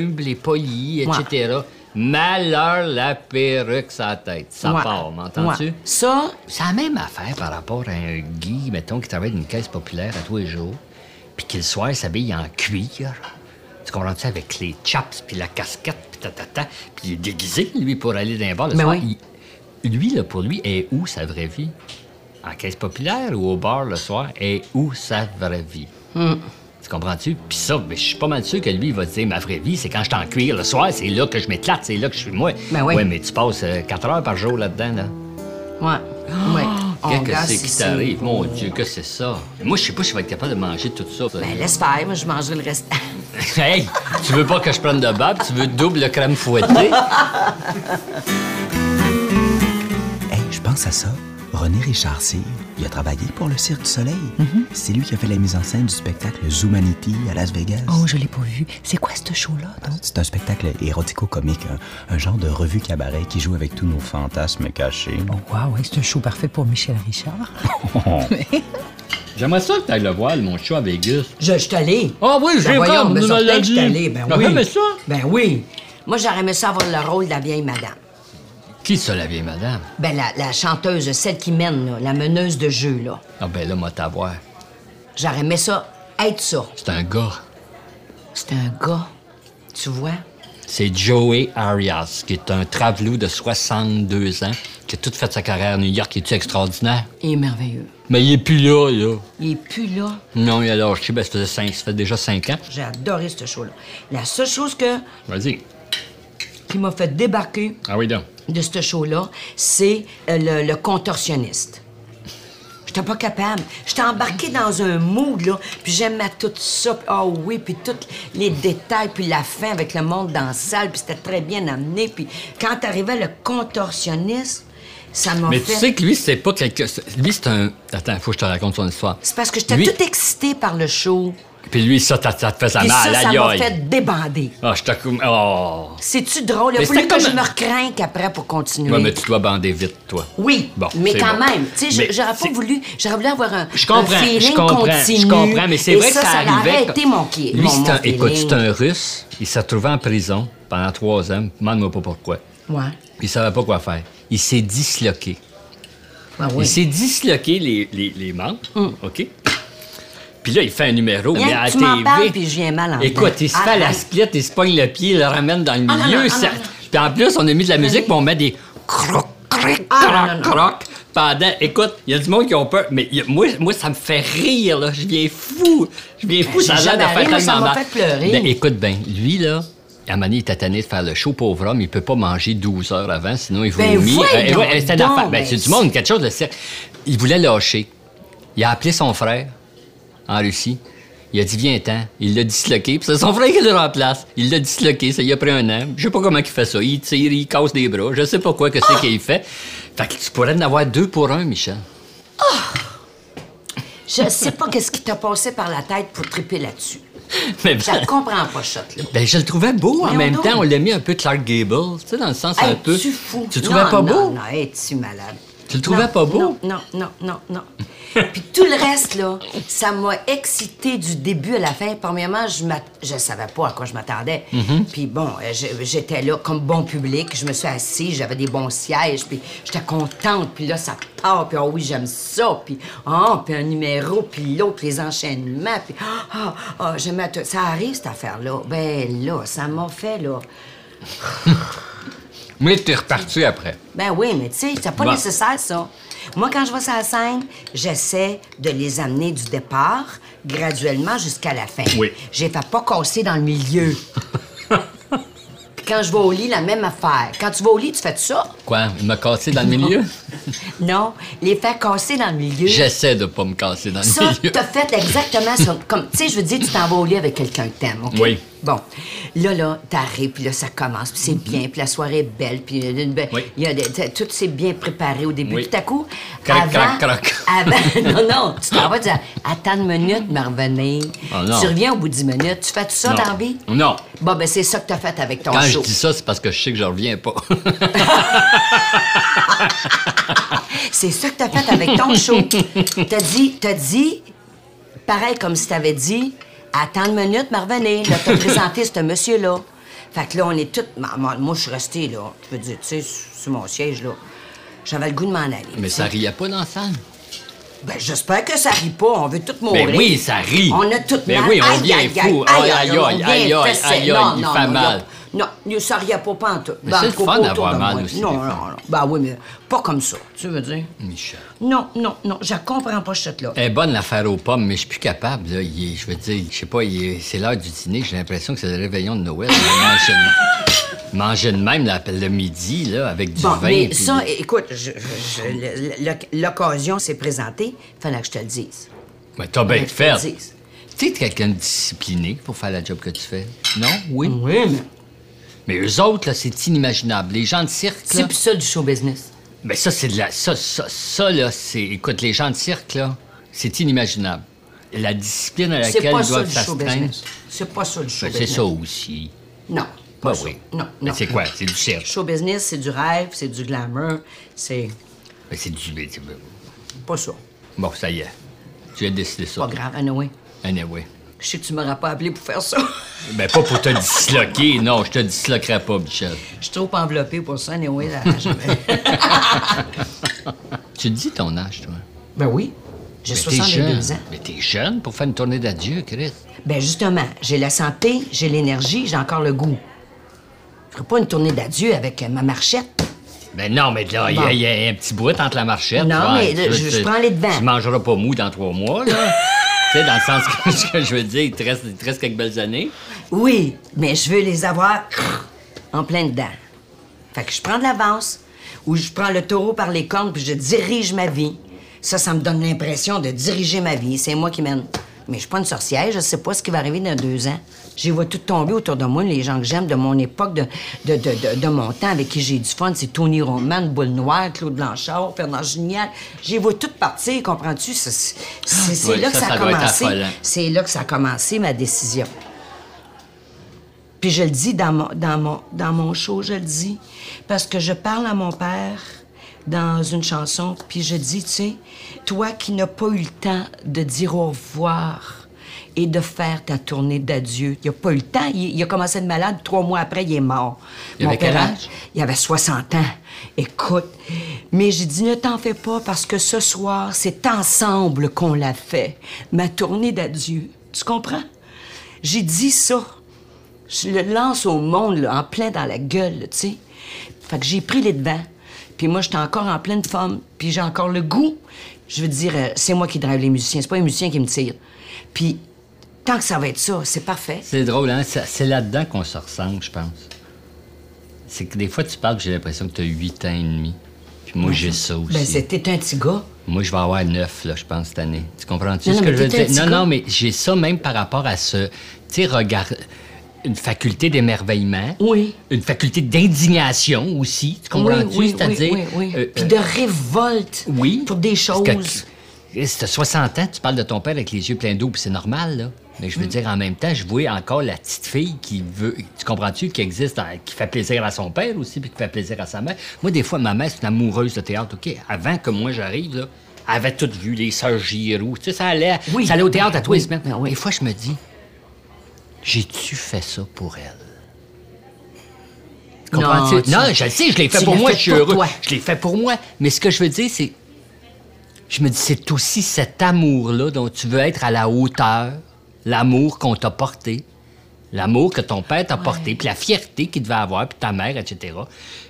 Speaker 5: humble et poli, etc. Malheur la perruque sa tête. Ça
Speaker 6: Ouais.
Speaker 5: part, m'entends-tu?
Speaker 6: Ouais. Ça,
Speaker 5: C'est la même affaire par rapport à un Guy, mettons, qui travaille dans une caisse populaire à tous les jours, puis qui le soir s'habille en cuir. Tu comprends-tu avec les chaps, puis la casquette, puis tatata, puis il est déguisé, lui, pour aller dans un bar le
Speaker 6: Mais
Speaker 5: soir.
Speaker 6: oui.
Speaker 5: Il- lui, là, pour lui, est où sa vraie vie? En caisse populaire ou au bar le soir, est où sa vraie vie?
Speaker 6: Hmm.
Speaker 5: Tu comprends-tu? Puis ça, ben, je suis pas mal sûr que lui, il va dire ma vraie vie, c'est quand je suis en cuir le soir, c'est là que je m'éclate, c'est là que je suis moi.
Speaker 6: Ben oui.
Speaker 5: euh, Ouais, mais tu passes 4 heures par jour là-dedans, là.
Speaker 6: ouais. Oh, Ouais. On
Speaker 5: Oh, Qu'est-ce que
Speaker 6: gasse
Speaker 5: c'est qui
Speaker 6: ici.
Speaker 5: t'arrive? Mon Dieu, que c'est ça? Moi, je sais pas si je vais être capable de manger tout ça. ça.
Speaker 6: Ben, laisse faire, moi, je mangerai le reste.
Speaker 5: hey, tu veux pas que je prenne de bab? Tu veux double de crème fouettée?
Speaker 2: Hey, je pense à ça. René Richard Cyr, il a travaillé pour le Cirque du Soleil.
Speaker 3: Mm-hmm.
Speaker 2: C'est lui qui a fait la mise en scène du spectacle Zoomanity à Las Vegas.
Speaker 3: Oh, je l'ai pas vu. C'est quoi ce show-là, donc?
Speaker 2: C'est un spectacle érotico-comique, un, un genre de revue cabaret qui joue avec tous nos fantasmes cachés.
Speaker 3: Oh, wow, ouais, c'est un show parfait pour Michel Richard.
Speaker 5: J'aimerais ça que t'ailles le voir, mon chat à Vegas.
Speaker 6: Je, je suis allée.
Speaker 5: Ah oui, j'ai
Speaker 6: Ben
Speaker 5: peur,
Speaker 6: voyons, ben
Speaker 5: nous
Speaker 6: certain
Speaker 5: l'a
Speaker 6: que je
Speaker 5: dit.
Speaker 6: suis allée, ben
Speaker 5: Ben
Speaker 6: oui.
Speaker 5: oui, mais ça?
Speaker 6: Ben oui. Moi, j'aurais aimé ça avoir le rôle de la vieille madame.
Speaker 5: Qui ça, la vieille madame?
Speaker 6: Ben, la, la chanteuse, celle qui mène, là, la meneuse de jeu, là.
Speaker 5: Ah ben là, moi, t'avoir.
Speaker 6: J'aurais aimé ça, être ça.
Speaker 5: C'est un gars.
Speaker 6: C'est un gars, tu vois?
Speaker 5: C'est Joey Arias, qui est un travelou de 62 ans, qui a tout fait sa carrière à New York. est tu extraordinaire?
Speaker 6: Il est merveilleux.
Speaker 5: Mais il est plus là, là.
Speaker 6: Il est plus là.
Speaker 5: Non, il a lâché, ben, ça faisait cinq- ça fait déjà 5 ans.
Speaker 6: J'ai adoré ce show-là. La seule chose que,
Speaker 5: Vas-y.
Speaker 6: qui m'a fait débarquer
Speaker 5: Ah oui, donc.
Speaker 6: de ce show-là, c'est euh, le, le contorsionniste. J'étais pas capable. J'étais embarquée dans un mood, là, puis j'aimais tout ça, puis ah oui, puis tous les détails, puis la fin avec le monde dans la salle, puis c'était très bien amené, puis quand arrivait le contorsionniste, ça m'a
Speaker 5: Mais
Speaker 6: fait...
Speaker 5: tu sais que lui, c'est pas quelqu'un. c'est- Lui, c'est un. Attends, faut que je te raconte son histoire.
Speaker 6: C'est parce que j'étais
Speaker 5: Lui-
Speaker 6: toute excitée par le show,
Speaker 5: Puis lui, ça, ça, ça te faisait
Speaker 6: puis
Speaker 5: mal,
Speaker 6: ça, ça
Speaker 5: aïe
Speaker 6: m'a
Speaker 5: aïe.
Speaker 6: fait débander.
Speaker 5: Ah, je te coupe. Oh.
Speaker 6: C'est-tu drôle? Il a
Speaker 5: Mais
Speaker 6: fallu
Speaker 5: c'était
Speaker 6: que
Speaker 5: comme
Speaker 6: je
Speaker 5: un-
Speaker 6: me recrinque après pour continuer.
Speaker 5: Ouais, mais tu dois bander vite, toi.
Speaker 6: Oui,
Speaker 5: Bon,
Speaker 6: mais
Speaker 5: c'est
Speaker 6: quand
Speaker 5: bon.
Speaker 6: même, tu sais, je-
Speaker 5: Mais
Speaker 6: j'aurais
Speaker 5: c'est-
Speaker 6: pas voulu, j'aurais voulu avoir un,
Speaker 5: Je comprends,
Speaker 6: un feeling
Speaker 5: je comprends,
Speaker 6: continu.
Speaker 5: je comprends, mais c'est
Speaker 6: Et
Speaker 5: vrai
Speaker 6: ça,
Speaker 5: que ça,
Speaker 6: ça
Speaker 5: arrivait.
Speaker 6: aurait
Speaker 5: que-
Speaker 6: été mon qui.
Speaker 5: Lui,
Speaker 6: mon-
Speaker 5: c'est
Speaker 6: mon
Speaker 5: un, écoute,
Speaker 6: feeling.
Speaker 5: c'est un Russe. Il s'est retrouvé en prison pendant trois ans. Demande-moi pas pourquoi.
Speaker 6: Ouais.
Speaker 5: Il savait pas quoi faire. Il s'est disloqué.
Speaker 6: Ah
Speaker 5: Il
Speaker 6: oui.
Speaker 5: s'est disloqué les, les, les membres, OK? Puis là, il fait un numéro,
Speaker 6: Rien
Speaker 5: mais
Speaker 6: que
Speaker 5: à
Speaker 6: tu
Speaker 5: TV...
Speaker 6: m'en parles, puis je viens mal en
Speaker 5: Écoute, il se fait à la
Speaker 6: Arrête.
Speaker 5: split, il se pogne le pied, il le ramène dans le
Speaker 6: Ah, non,
Speaker 5: milieu.
Speaker 6: non,
Speaker 5: ça-
Speaker 6: ah, non, Ah, non.
Speaker 5: Puis en plus, on a mis de la musique, puis on met des croc, cric,
Speaker 6: Ah, non,
Speaker 5: croc,
Speaker 6: non, non.
Speaker 5: croc. Pendant... Écoute, il y a du monde qui ont peur, mais il y a- moi, moi, ça me fait rire, là. Je viens fou. Je viens fou,
Speaker 6: Ben,
Speaker 5: ça a
Speaker 6: j'ai
Speaker 5: l'air de
Speaker 6: jamais
Speaker 5: faire
Speaker 6: ri, moi, ça
Speaker 5: tellement
Speaker 6: m'a
Speaker 5: mal.
Speaker 6: fait pleurer.
Speaker 5: Ben, écoute bien, lui, là... À un moment donné, il était tanné de faire le show, pauvre homme. Il peut pas manger 12 heures avant, sinon il
Speaker 6: Ben,
Speaker 5: vomit.
Speaker 6: voyons
Speaker 5: Euh, ouais, c'est une
Speaker 6: donc,
Speaker 5: affaire. Ben,
Speaker 6: ben,
Speaker 5: c'est du monde, quelque chose de sérieux. Il voulait lâcher. Il a appelé son frère en Russie. Il a dit Viens-t'en. Il l'a disloqué. Puis c'est son frère qui le remplace. Il l'a disloqué. Ça y a pris un an. Je sais pas comment il fait ça. Il tire, il casse des bras. Je sais pas quoi que c'est qu'il fait. Fait que tu pourrais en avoir deux pour un, Michel.
Speaker 6: Je sais pas qu'est-ce qui t'a passé par la tête pour triper là-dessus.
Speaker 5: Mais
Speaker 6: Je la comprends pas, Shot, là.
Speaker 5: ben, je le trouvais beau en
Speaker 6: Voyons
Speaker 5: même
Speaker 6: donc.
Speaker 5: temps. On l'a mis un peu Clark Gable. Tu sais, dans le sens un peu.
Speaker 6: Es-tu fou?
Speaker 5: Tu le trouvais
Speaker 6: Non,
Speaker 5: pas
Speaker 6: non,
Speaker 5: beau?
Speaker 6: Non, es-tu malade?
Speaker 5: Tu le trouvais
Speaker 6: Non,
Speaker 5: pas beau?
Speaker 6: Non, non, non, non, non. Puis tout le reste, là, ça m'a excité du début à la fin. Premièrement, je m'att- je savais pas à quoi je m'attendais.
Speaker 5: Mm-hmm.
Speaker 6: Puis bon, euh, je- j'étais là comme bon public. Je me suis assise, j'avais des bons sièges, puis j'étais contente. Puis là, ça part, puis oh oui, j'aime ça. Puis oh, puis un numéro, puis l'autre, puis les enchaînements. Puis ah, ah, j'aimais tout. Ça arrive, cette affaire-là. Ben là, ça m'a fait, là...
Speaker 5: Mais t'es reparti après.
Speaker 6: Ben oui, mais tu sais, c'est pas
Speaker 5: Bon.
Speaker 6: nécessaire, ça. Moi, quand je vais sur la scène, j'essaie de les amener du départ, graduellement, jusqu'à la fin.
Speaker 5: Oui.
Speaker 6: J'ai fait pas casser dans le milieu. Puis quand je vais au lit, la même affaire. Quand tu vas au lit, tu fais de ça?
Speaker 5: Quoi? Il m'a cassé dans le milieu?
Speaker 6: Non, les faire casser dans le milieu.
Speaker 5: J'essaie de pas me casser dans
Speaker 6: Ça,
Speaker 5: le milieu.
Speaker 6: t'as fait exactement ça. Comme, tu sais, je veux dire, tu t'en vas au lit avec quelqu'un que t'aimes, OK?
Speaker 5: Oui. Mhm.
Speaker 6: Bon, là, là, t'arrives, puis là, ça commence, puis c'est bien, puis la soirée est belle, puis il y a une belle-
Speaker 5: Oui.
Speaker 6: il y a des- t'as- tout s'est bien préparé au début.
Speaker 5: Oui.
Speaker 6: Tout à coup,
Speaker 5: Crac,
Speaker 6: avant,
Speaker 5: crac, crac.
Speaker 6: avant- non, non, tu t'en vas, tu dis, attends une minute, me revenir.
Speaker 5: Ah, non.
Speaker 6: tu reviens au bout de 10 minutes, tu fais tout ça
Speaker 5: Non.
Speaker 6: dans la vie?
Speaker 5: Non.
Speaker 6: Bon, ben, c'est ça que t'as fait avec ton
Speaker 5: Quand je
Speaker 6: show.
Speaker 5: dis ça, c'est parce que je sais que je reviens pas.
Speaker 6: C'est ça que t'as fait avec ton show. t'as dit, t'as dit, pareil comme si t'avais dit, attends une minute, mais revenez. Là, t'as présenté ce monsieur-là. Fait que là, on est tous... ma- ma- Moi, je suis restée, là. Je veux dire, tu sais, sur mon siège, là. J'avais le goût de m'en aller.
Speaker 5: Mais ça riait pas dans la salle.
Speaker 6: Ben, j'espère que ça rit pas. On veut tout mourir.
Speaker 5: Ben oui, ça rit.
Speaker 6: On a tout
Speaker 5: Ben
Speaker 6: mal.
Speaker 5: oui, on
Speaker 6: Aïe,
Speaker 5: devient
Speaker 6: aïe,
Speaker 5: fou. Aïe,
Speaker 6: Aïe, aïe,
Speaker 5: aïe,
Speaker 6: on
Speaker 5: aïe,
Speaker 6: devient
Speaker 5: aïe, aïe,
Speaker 6: fessé.
Speaker 5: aïe, aïe,
Speaker 6: Non,
Speaker 5: il
Speaker 6: non,
Speaker 5: fait
Speaker 6: non,
Speaker 5: mal.
Speaker 6: Non, non, ça riait pas pantoute.
Speaker 5: Mais
Speaker 6: Ben,
Speaker 5: c'est le
Speaker 6: coco
Speaker 5: fun
Speaker 6: autour
Speaker 5: d'avoir
Speaker 6: de
Speaker 5: mal
Speaker 6: moi.
Speaker 5: aussi,
Speaker 6: Non,
Speaker 5: des
Speaker 6: non,
Speaker 5: fois.
Speaker 6: non. Ben oui, mais pas comme ça. Tu veux dire?
Speaker 5: Michel.
Speaker 6: Non, non, non, je comprends pas cette là
Speaker 5: Elle est bonne l'affaire aux pommes, mais je suis plus capable. Là. Il est- je veux dire, je sais pas, il est- c'est l'heure du dîner. J'ai l'impression que c'est le réveillon de Noël. Il mange, Manger de même là, le midi, là, avec du
Speaker 6: Bon,
Speaker 5: vin.
Speaker 6: mais
Speaker 5: puis-
Speaker 6: ça, écoute, je- je- le- le- l'occasion s'est présentée, fallait que je te le dise.
Speaker 5: Mais t'as bien
Speaker 6: Mais
Speaker 5: fait.
Speaker 6: je te le dis.
Speaker 5: T'es quelqu'un de discipliné pour faire la job que tu fais. Non? Oui.
Speaker 6: Oui, mais
Speaker 5: Mais eux autres, là, c'est inimaginable. Les gens de cirque, là...
Speaker 6: c'est plus ça du show business.
Speaker 5: Mais Ben, ça, c'est de la... Ça, ça, ça, là, c'est... Écoute, les gens de cirque, là, c'est inimaginable. La discipline à
Speaker 6: C'est
Speaker 5: laquelle
Speaker 6: pas
Speaker 5: ils
Speaker 6: ça
Speaker 5: doivent
Speaker 6: du show
Speaker 5: s'astreindre...
Speaker 6: business. C'est pas ça du show
Speaker 5: ben, c'est
Speaker 6: business.
Speaker 5: ça aussi.
Speaker 6: Non.
Speaker 5: Ben
Speaker 6: pas ça.
Speaker 5: oui.
Speaker 6: Non,
Speaker 5: Mais
Speaker 6: non.
Speaker 5: c'est quoi? C'est du cirque.
Speaker 6: Show business, c'est du rêve, c'est du glamour, c'est
Speaker 5: Mais Ben, c'est du... mais c'est-
Speaker 6: pas ça.
Speaker 5: Bon, ça y est. Tu as décidé ça.
Speaker 6: Pas grave, anyway.
Speaker 5: Anyway.
Speaker 6: Je sais que tu m'auras pas appelé pour faire ça.
Speaker 5: Ben, pas pour te disloquer. Non, je te disloquerai pas, Michel.
Speaker 6: Je suis trop enveloppée pour ça, anyway. là, jamais.
Speaker 5: Tu dis ton âge, toi.
Speaker 6: ben oui, j'ai
Speaker 5: Mais t'es jeune.
Speaker 6: 62 ans.
Speaker 5: Mais t'es jeune pour faire une tournée d'adieu, Chris.
Speaker 6: Ben justement, j'ai la santé, j'ai l'énergie, j'ai encore le goût. Je ferai pas une tournée d'adieu avec euh, ma marchette.
Speaker 5: Ben non, mais là, il y a-
Speaker 6: Bon.
Speaker 5: il y, a un petit bout entre la marchette.
Speaker 6: Non,
Speaker 5: ouais,
Speaker 6: mais
Speaker 5: tu
Speaker 6: je-
Speaker 5: veux-
Speaker 6: je
Speaker 5: tu-
Speaker 6: prends les devants.
Speaker 5: Tu mangeras pas mou dans trois mois, là. tu sais, dans le sens que, ce que je veux dire, il te, reste, il te reste quelques belles années.
Speaker 6: Oui, mais je veux les avoir en plein dedans. Fait que je prends de l'avance ou je prends le taureau par les cornes puis je dirige ma vie. Ça, ça me donne l'impression de diriger ma vie. C'est moi qui mène. Mais je suis pas une sorcière, je sais pas ce qui va arriver dans deux ans. J'y vois tout tomber autour de moi, les gens que j'aime de mon époque, de, de, de, de- de mon temps, avec qui j'ai du fun. C'est Tony Roman, Boule Noire, Claude Blanchard, Fernand Gignal. J'y vois tout partir, comprends-tu? C'est- C'est c'est
Speaker 5: Ouais,
Speaker 6: là que
Speaker 5: ça,
Speaker 6: ça,
Speaker 5: ça
Speaker 6: a
Speaker 5: doit être
Speaker 6: commencé.
Speaker 5: affolant.
Speaker 6: C'est là que ça a commencé, ma décision. Puis je le dis dans mon, dans, mon, dans mon show, je le dis, parce que je parle à mon père dans une chanson, puis je dis, tu sais, toi qui n'as pas eu le temps de dire au revoir et de faire ta tournée d'adieu, il n'a pas eu le temps, il, il a commencé de malade, trois mois après, il est mort.
Speaker 5: Il avait quel âge?
Speaker 6: Il avait 60 ans. Écoute, mais j'ai dit ne t'en fais pas parce que ce soir, c'est ensemble qu'on l'a fait. Ma tournée d'adieu. Tu comprends? J'ai dit ça. Je le lance au monde, là, en plein dans la gueule, là, tu sais. Fait que j'ai pris les devants. Puis moi, j'étais encore en pleine forme. Puis j'ai encore le goût. Je veux dire, euh, c'est moi qui drive les musiciens. C'est pas les musiciens qui me tirent. Puis tant que ça va être ça, c'est parfait.
Speaker 5: C'est drôle, hein? Ça- C'est là-dedans qu'on se ressemble, je pense. C'est que des fois, tu parles, puis j'ai l'impression que t'as 8 ans et demi. Puis moi, j'ai ça aussi.
Speaker 6: Ben, c'était un petit gars.
Speaker 5: Moi, je vais avoir neuf, là, je pense, cette année. Tu comprends-tu
Speaker 6: Non,
Speaker 5: ce
Speaker 6: non,
Speaker 5: que
Speaker 6: mais
Speaker 5: je veux
Speaker 6: t'étais un
Speaker 5: dire? Non,
Speaker 6: petit gars.
Speaker 5: non, mais j'ai ça même par rapport à ce, tu sais, regard, une faculté d'émerveillement.
Speaker 6: Oui.
Speaker 5: Une faculté d'indignation aussi, tu comprends-tu?
Speaker 6: Oui, oui,
Speaker 5: C'est-à-dire,
Speaker 6: oui, oui, oui.
Speaker 5: euh,
Speaker 6: Puis
Speaker 5: euh,
Speaker 6: de révolte
Speaker 5: oui.
Speaker 6: pour des choses.
Speaker 5: Parce que, Chris, t'as 60 ans, tu parles de ton père avec les yeux pleins d'eau, puis c'est normal, là. Mais
Speaker 6: Mm.
Speaker 5: je veux dire, en même temps, je vois encore la petite fille qui veut. Tu comprends-tu? Qui existe, en- qui fait plaisir à son père aussi, puis qui fait plaisir à sa mère. Moi, des fois, ma mère, c'est une amoureuse de théâtre, OK? Avant que moi j'arrive, là, elle avait tout vu, les sœurs Giroux. Tu sais, ça allait,
Speaker 6: Oui.
Speaker 5: ça allait au théâtre à tous les semaines.
Speaker 6: ben oui.
Speaker 5: Des fois, je me dis, j'ai-tu fait ça pour elle?
Speaker 6: Non,
Speaker 5: Comprends-tu?
Speaker 6: tu-
Speaker 5: Non, je le sais, je l'ai fait
Speaker 6: tu
Speaker 5: pour
Speaker 6: l'as
Speaker 5: moi,
Speaker 6: fait
Speaker 5: je suis
Speaker 6: pour
Speaker 5: heureux.
Speaker 6: toi.
Speaker 5: Je l'ai fait pour moi. Mais ce que je veux dire, c'est. Je me dis, c'est aussi cet amour-là dont tu veux être à la hauteur, l'amour qu'on t'a porté, l'amour que ton père t'a porté, puis la fierté qu'il devait avoir, puis ta mère, etc.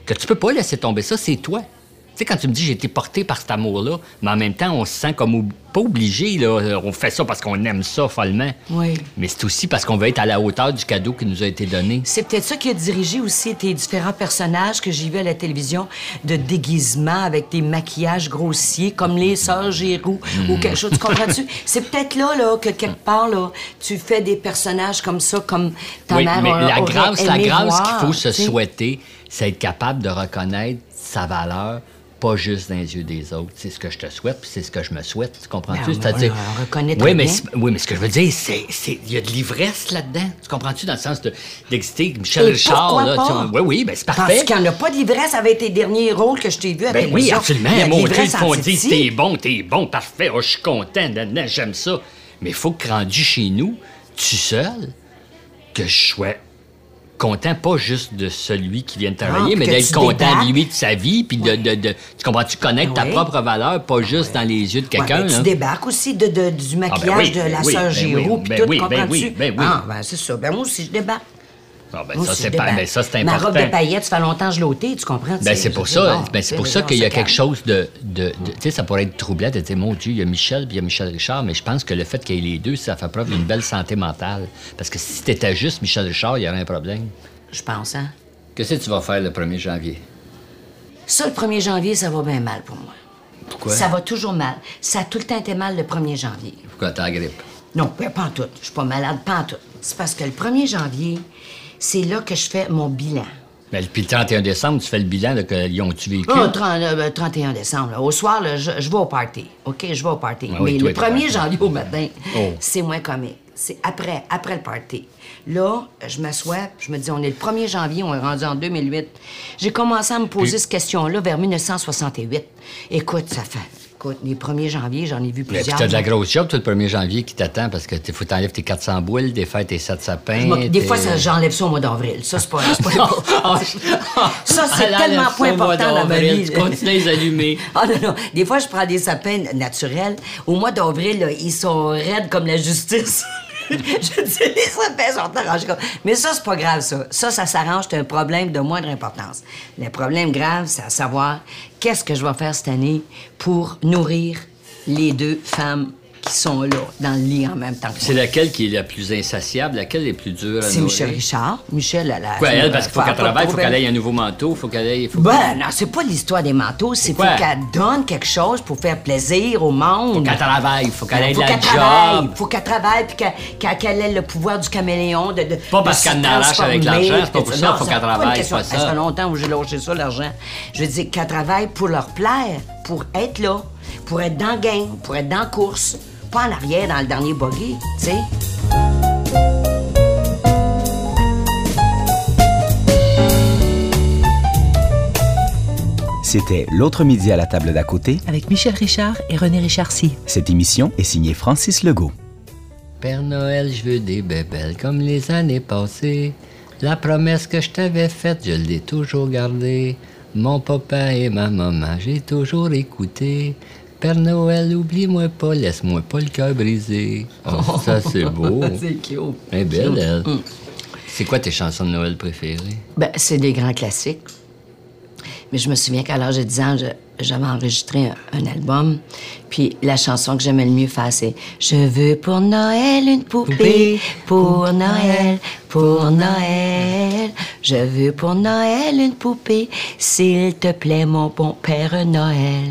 Speaker 5: Que tu peux pas laisser tomber ça, c'est toi. Tu sais, quand tu me dis j'ai été porté par cet amour-là, mais en même temps, on se sent comme ob- pas obligé, là. Euh, On fait ça parce qu'on aime ça follement.
Speaker 6: Oui.
Speaker 5: Mais c'est aussi parce qu'on veut être à la hauteur du cadeau qui nous a été donné.
Speaker 6: C'est peut-être ça qui a dirigé aussi tes différents personnages que j'ai vus à la télévision de déguisement avec des maquillages grossiers comme les sœurs Giroux
Speaker 5: Hmm.
Speaker 6: ou quelque chose. Tu comprends-tu? C'est peut-être là, là que quelque part, là, tu fais des personnages comme ça, comme ta
Speaker 5: oui,
Speaker 6: mère
Speaker 5: mais
Speaker 6: a-
Speaker 5: la
Speaker 6: aurait
Speaker 5: grâce, la
Speaker 6: aimé
Speaker 5: grâce
Speaker 6: voir,
Speaker 5: qu'il faut se
Speaker 6: tu sais.
Speaker 5: souhaiter, c'est être capable de reconnaître sa valeur, pas juste dans les yeux des autres. C'est ce que je te souhaite, puis c'est ce que je me souhaite. Tu comprends-tu?
Speaker 6: Ben, on-
Speaker 5: C'est-à-dire.
Speaker 6: on reconnaît très
Speaker 5: oui, mais
Speaker 6: bien.
Speaker 5: c'est- oui, mais ce que je veux dire, c'est. c'est- Il y a de l'ivresse là-dedans. Tu comprends-tu? Dans le sens de- d'exciter Michel
Speaker 6: Et
Speaker 5: Richard,
Speaker 6: pourquoi
Speaker 5: là. tu-
Speaker 6: pas?
Speaker 5: Oui, oui, ben c'est
Speaker 6: Parce
Speaker 5: parfait.
Speaker 6: qu'il n'y en a pas d'ivresse avec tes derniers rôles que je t'ai vus à la
Speaker 5: Ben oui,
Speaker 6: télévision.
Speaker 5: absolument.
Speaker 6: Il y a de
Speaker 5: Mon Dieu, ils
Speaker 6: l'ivresse
Speaker 5: te font
Speaker 6: en
Speaker 5: dire
Speaker 6: titi.
Speaker 5: t'es bon, t'es bon, parfait, oh, je suis content, nan, nan, j'aime ça. Mais il faut que rendu chez nous, tu seul, que je sois content, pas juste de celui qui vient de travailler,
Speaker 6: Ah, puis
Speaker 5: mais
Speaker 6: que
Speaker 5: d'être
Speaker 6: tu
Speaker 5: content
Speaker 6: débattes.
Speaker 5: de lui, de sa vie, puis de, de- de- Tu comprends, tu connaître ta
Speaker 6: Oui.
Speaker 5: propre valeur, pas juste dans les yeux de
Speaker 6: Ouais,
Speaker 5: quelqu'un.
Speaker 6: ben,
Speaker 5: là.
Speaker 6: tu débarques aussi de, de- du
Speaker 5: ben
Speaker 6: maquillage
Speaker 5: oui,
Speaker 6: de la
Speaker 5: ben oui,
Speaker 6: sœur
Speaker 5: ben
Speaker 6: Giroux,
Speaker 5: oui,
Speaker 6: puis
Speaker 5: ben
Speaker 6: tout,
Speaker 5: oui, ben
Speaker 6: comprends-tu?
Speaker 5: oui, ben oui.
Speaker 6: Ah, ben c'est ça. Ben moi aussi, je débarque.
Speaker 5: Ah, ben,
Speaker 6: Moi
Speaker 5: ça,
Speaker 6: aussi,
Speaker 5: c'est
Speaker 6: je
Speaker 5: pas-
Speaker 6: débarque.
Speaker 5: ben, ça, c'est
Speaker 6: Oh, Ma
Speaker 5: important.
Speaker 6: robe de paillettes, ça fait longtemps que je l'ôtais, tu comprends?
Speaker 5: Ben,
Speaker 6: tu sais,
Speaker 5: c'est
Speaker 6: je
Speaker 5: pour
Speaker 6: veux dire,
Speaker 5: ça,
Speaker 6: bon,
Speaker 5: ben, c'est
Speaker 6: tu
Speaker 5: pour
Speaker 6: sais,
Speaker 5: ça
Speaker 6: on
Speaker 5: qu'il y a
Speaker 6: se calme.
Speaker 5: quelque chose de, de, de- tu sais, ça pourrait être troublant de dire, mon Dieu, il y a Michel puis il y a Michel Richard, mais je pense que le fait qu'il y ait les deux, ça fait preuve d'une belle santé mentale. Parce que si t'étais juste Michel Richard, il y aurait un problème.
Speaker 6: Je pense, hein?
Speaker 5: Qu'est-ce que tu vas faire le 1er janvier?
Speaker 6: Ça, le 1er janvier, ça va bien mal pour moi.
Speaker 5: Pourquoi?
Speaker 6: Ça va toujours mal. Ça a tout le temps été mal le 1er janvier.
Speaker 5: Pourquoi t'as la grippe?
Speaker 6: Non, ben, pas en tout. Je suis pas malade, pas en tout. C'est parce que le 1er janvier, c'est là que je fais mon bilan.
Speaker 5: Mais Ben, puis le 31 décembre, tu fais le bilan de qu'ils ont-tu vécu?
Speaker 6: Oh, 30, euh, ben, 31 décembre. là. Au soir, là, je, je vais au party. OK, je vais au party.
Speaker 5: Ah
Speaker 6: Mais
Speaker 5: oui, toi,
Speaker 6: le
Speaker 5: t'es
Speaker 6: 1er
Speaker 5: party.
Speaker 6: janvier au matin,
Speaker 5: Oh.
Speaker 6: c'est moins comique. C'est après, après le party. Là, je m'assois, puis je me dis, on est le 1er janvier, on est rendu en 2008. J'ai commencé à me poser
Speaker 5: Puis-
Speaker 6: cette question-là vers 1968. Écoute, ça fait... Écoute, les 1er janvier, j'en ai vu
Speaker 5: Mais
Speaker 6: plusieurs.
Speaker 5: Ben, puis t'as de la grosse job, toi, le 1er janvier qui t'attend parce que t'es- faut t'enlèves tes 400 boules, des fêtes, tes 7 sapins.
Speaker 6: Je m'occupe- Des
Speaker 5: tes- Ah,
Speaker 6: fois, ça, j'enlève ça au mois d'avril. Ça, c'est pas, c'est pas important. ça, c'est
Speaker 5: Elle
Speaker 6: tellement
Speaker 5: enlève
Speaker 6: pas
Speaker 5: Ah, ça au mois
Speaker 6: important dans ma
Speaker 5: d'avril,
Speaker 6: vie.
Speaker 5: Tu
Speaker 6: là.
Speaker 5: continues à les allumer.
Speaker 6: Ah non, non. Des fois, je prends des sapins naturels. Au mois d'avril, là, ils sont raides comme la justice. je dis, les sapins sont arrangés comme... Mais ça, c'est pas grave, ça. Ça, ça s'arrange. C'est un problème de moindre importance. Le problème grave, c'est à savoir qu'est-ce que je vais faire cette année pour nourrir les deux femmes qui sont là, dans le lit en même temps que
Speaker 5: C'est
Speaker 6: moi.
Speaker 5: laquelle qui est la plus insatiable, laquelle est plus dure à
Speaker 6: C'est
Speaker 5: nourrir?
Speaker 6: Michel Richard. Michel, elle a...
Speaker 5: Quoi, elle, parce qu'il faut
Speaker 6: elle a
Speaker 5: qu'elle
Speaker 6: pas
Speaker 5: travaille, il faut
Speaker 6: trouvé-
Speaker 5: qu'elle aille un nouveau manteau, il faut qu'elle aille... Faut
Speaker 6: Ben non, c'est pas l'histoire des manteaux. C'est faut
Speaker 5: Pourquoi?
Speaker 6: qu'elle donne quelque chose pour faire plaisir au monde.
Speaker 5: qu'elle travaille, faut qu'elle ait de
Speaker 6: faut
Speaker 5: la
Speaker 6: qu'elle travaille,
Speaker 5: job.
Speaker 6: faut qu'elle travaille puis qu'elle qu'elle- qu'elle ait le pouvoir du caméléon de, de
Speaker 5: Pas
Speaker 6: de
Speaker 5: parce
Speaker 6: se
Speaker 5: qu'elle n'arrache avec
Speaker 6: transformer,
Speaker 5: l'argent, c'est pas pour
Speaker 6: puis
Speaker 5: ça,
Speaker 6: non,
Speaker 5: faut
Speaker 6: c'est
Speaker 5: qu'elle
Speaker 6: pas une
Speaker 5: travaille,
Speaker 6: question.
Speaker 5: c'est pas
Speaker 6: Ça
Speaker 5: ça.
Speaker 6: fait longtemps où j'ai lâché ça l'argent. Je veux dire qu'elle travaille pour leur plaire, pour être là, pour être dans le game, pour être dans la course, pas en arrière dans le dernier bogey, tu sais.
Speaker 2: C'était L'autre midi à la table d'à côté.
Speaker 3: Avec Michel Richard et René Richard-Cy.
Speaker 2: Cette émission est signée Francis Legault.
Speaker 5: Père Noël, je veux des bébelles comme les années passées. La promesse que je t'avais faite, je l'ai toujours gardée. Mon papa et ma maman, j'ai toujours écouté. Père Noël, oublie-moi pas, laisse-moi pas le cœur brisé. Oh, ça, c'est beau.
Speaker 6: C'est cute. Mm.
Speaker 5: Elle est belle, elle. C'est quoi tes chansons de Noël préférées?
Speaker 6: Ben, c'est des grands classiques. Mais je me souviens qu'à l'âge de 10 ans, je- j'avais enregistré un, un album. Puis la chanson que j'aimais le mieux faire, c'est Je veux pour Noël une poupée,
Speaker 5: Poupée.
Speaker 6: pour Noël, pour Noël. Je veux pour Noël une poupée, s'il te plaît, mon bon Père Noël.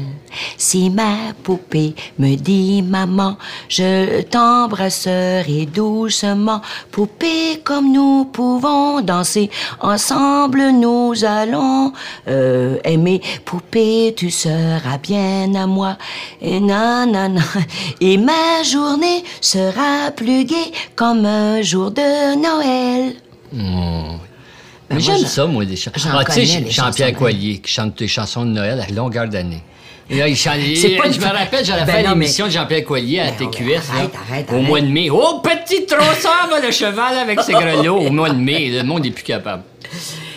Speaker 6: Si ma poupée me dit maman, je t'embrasserai doucement. Poupée, comme nous pouvons danser, ensemble nous allons euh, aimer. Poupée, tu seras bien à moi. Et nanana. Et ma journée sera plus gaie comme un jour de Noël. Ben,
Speaker 5: Mmh. Mais
Speaker 6: moi,
Speaker 5: j'aime
Speaker 6: j'en-
Speaker 5: ça, moi, les chansons.
Speaker 6: j'en
Speaker 5: Ah, tu
Speaker 6: connais,
Speaker 5: sais,
Speaker 6: les chansons de
Speaker 5: Jean-Pierre
Speaker 6: Noël.
Speaker 5: Coilier, qui chante tes chansons de Noël à longueur d'année. Et là, il chante.
Speaker 6: C'est pas
Speaker 5: Je
Speaker 6: une-
Speaker 5: me rappelle, j'avais
Speaker 6: Ben
Speaker 5: fait
Speaker 6: non,
Speaker 5: l'émission de Jean-Pierre Coilier à
Speaker 6: Ben,
Speaker 5: TQS. là,
Speaker 6: arrête, arrête,
Speaker 5: Au
Speaker 6: arrête.
Speaker 5: mois de mai. Oh, petit tronçon, va le cheval avec ses grelots. Au mois de mai, le monde n'est plus capable.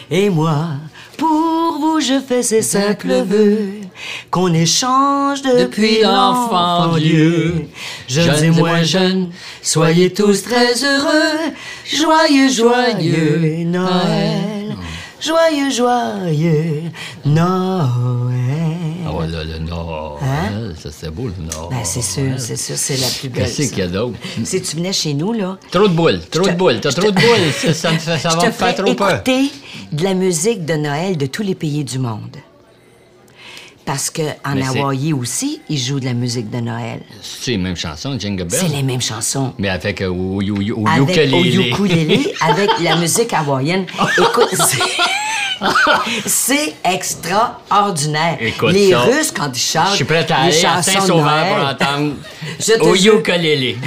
Speaker 6: Et moi, pour vous, je fais ces simples vœux qu'on échange depuis,
Speaker 5: Depuis l'enfant
Speaker 6: l'enfant
Speaker 5: Dieu.
Speaker 6: Dieu. Jeunes et moins jeunes, soyez tous très heureux. Joyeux, joyeux Noël. Joyeux, joyeux Noël.
Speaker 5: Oh là, le Nord.
Speaker 6: Eh ben. Hein?
Speaker 5: Ça, c'est beau, le Nord.
Speaker 6: Ben, c'est sûr, c'est sûr, c'est la plus belle.
Speaker 5: Qu'est-ce
Speaker 6: ça.
Speaker 5: qu'il y a d'autre?
Speaker 6: Si tu venais chez nous, là,
Speaker 5: Trop de boules, trop
Speaker 6: Je te-
Speaker 5: de boules. T'as
Speaker 6: je te-
Speaker 5: trop de boules. Ça, ça me fait- ça
Speaker 6: je
Speaker 5: va
Speaker 6: te
Speaker 5: me faire
Speaker 6: ferais
Speaker 5: trop peur.
Speaker 6: écouter de la musique de Noël de tous les pays du monde. Parce que en
Speaker 5: Mais c'est-
Speaker 6: Hawaï aussi, ils jouent de la musique de Noël.
Speaker 5: C'est les mêmes chansons, Jingle Bell.
Speaker 6: C'est les mêmes chansons.
Speaker 5: Mais avec euh, au, au, au, Ben au
Speaker 6: Avec au
Speaker 5: ukulélé.
Speaker 6: ukulélé, avec la musique hawaïenne. Écoute, c'est- c'est extraordinaire.
Speaker 5: Écoute
Speaker 6: les
Speaker 5: ça.
Speaker 6: Russes, quand ils chantent,
Speaker 5: Je suis prêt à
Speaker 6: Ah, les
Speaker 5: aller à
Speaker 6: chansons de
Speaker 5: Saint-Sauveur
Speaker 6: Noël,
Speaker 5: pour entendre
Speaker 6: Je te
Speaker 5: au
Speaker 6: jure.
Speaker 5: ukulélé.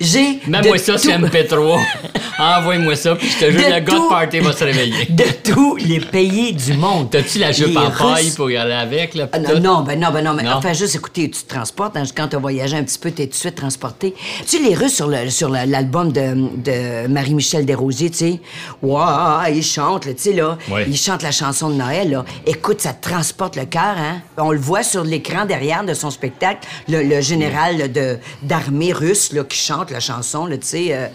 Speaker 6: J'ai de
Speaker 5: Mets-moi ça
Speaker 6: tout-
Speaker 5: sur MP3. Envoie-moi ça, puis je te jure,
Speaker 6: de
Speaker 5: le gars
Speaker 6: tout-
Speaker 5: de party va se réveiller.
Speaker 6: De tous les pays du monde.
Speaker 5: T'as-tu la jupe
Speaker 6: Les
Speaker 5: en paille
Speaker 6: Russes-
Speaker 5: pour y aller avec, là?
Speaker 6: Ah,
Speaker 5: puis
Speaker 6: non,
Speaker 5: tout?
Speaker 6: non, ben non, ben non, mais
Speaker 5: Non.
Speaker 6: enfin, juste écoutez, tu te transportes. hein, quand tu as voyagé un petit peu, t'es tout de suite transporté. Tu sais, les Russes sur, le, sur la- l'album de, de Marie-Michel Desrosiers, tu sais, ouah, ils chantent, là, tu sais, là,
Speaker 5: Ouais.
Speaker 6: ils chantent la chanson de Noël, là. Écoute, ça te transporte le cœur, hein. On le voit sur l'écran derrière de son spectacle, le, le général là, de, d'armée russe, là, qui chante la chanson, là, tu sais. euh,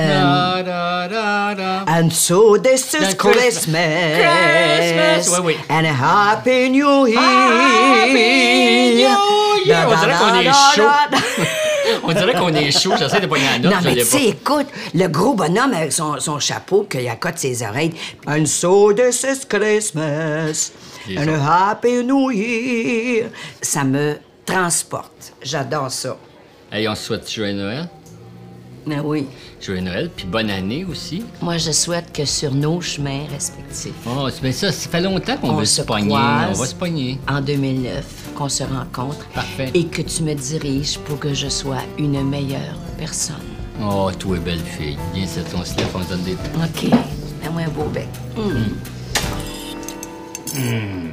Speaker 6: euh,
Speaker 5: Da, da, da, da.
Speaker 6: And so this is
Speaker 5: That's
Speaker 6: Christmas.
Speaker 5: Christmas. Christmas. Oui, oui.
Speaker 6: And a Happy New Year.
Speaker 5: Oh, Happy New Year. On dirait qu'on est chaud. On dirait qu'on est chaud, j'essaie de pogner la note,
Speaker 6: non,
Speaker 5: je
Speaker 6: mais
Speaker 5: l'ai
Speaker 6: tu
Speaker 5: pas.
Speaker 6: sais, écoute, le gros bonhomme avec son, son chapeau qu'il accote ses oreilles. And so this is Christmas.
Speaker 5: Il est
Speaker 6: And a happy new year. Ça me transporte. J'adore ça.
Speaker 5: Hey, on se souhaite joyeux Noël.
Speaker 6: Mais oui.
Speaker 5: Joyeux Noël, puis bonne année aussi.
Speaker 6: Moi, je souhaite que sur nos chemins respectifs,
Speaker 5: Oh, mais ça, ça fait longtemps qu'on
Speaker 6: On
Speaker 5: veut
Speaker 6: se
Speaker 5: se pogner.
Speaker 6: croise.
Speaker 5: On va se pogner.
Speaker 6: en 2009, qu'on se rencontre
Speaker 5: Parfait.
Speaker 6: et que tu me diriges pour que je sois une meilleure personne.
Speaker 5: Oh, toi, belle fille. Viens, c'est ton slip, on se donne des.
Speaker 6: OK. Fais-moi un beau bec. Mm.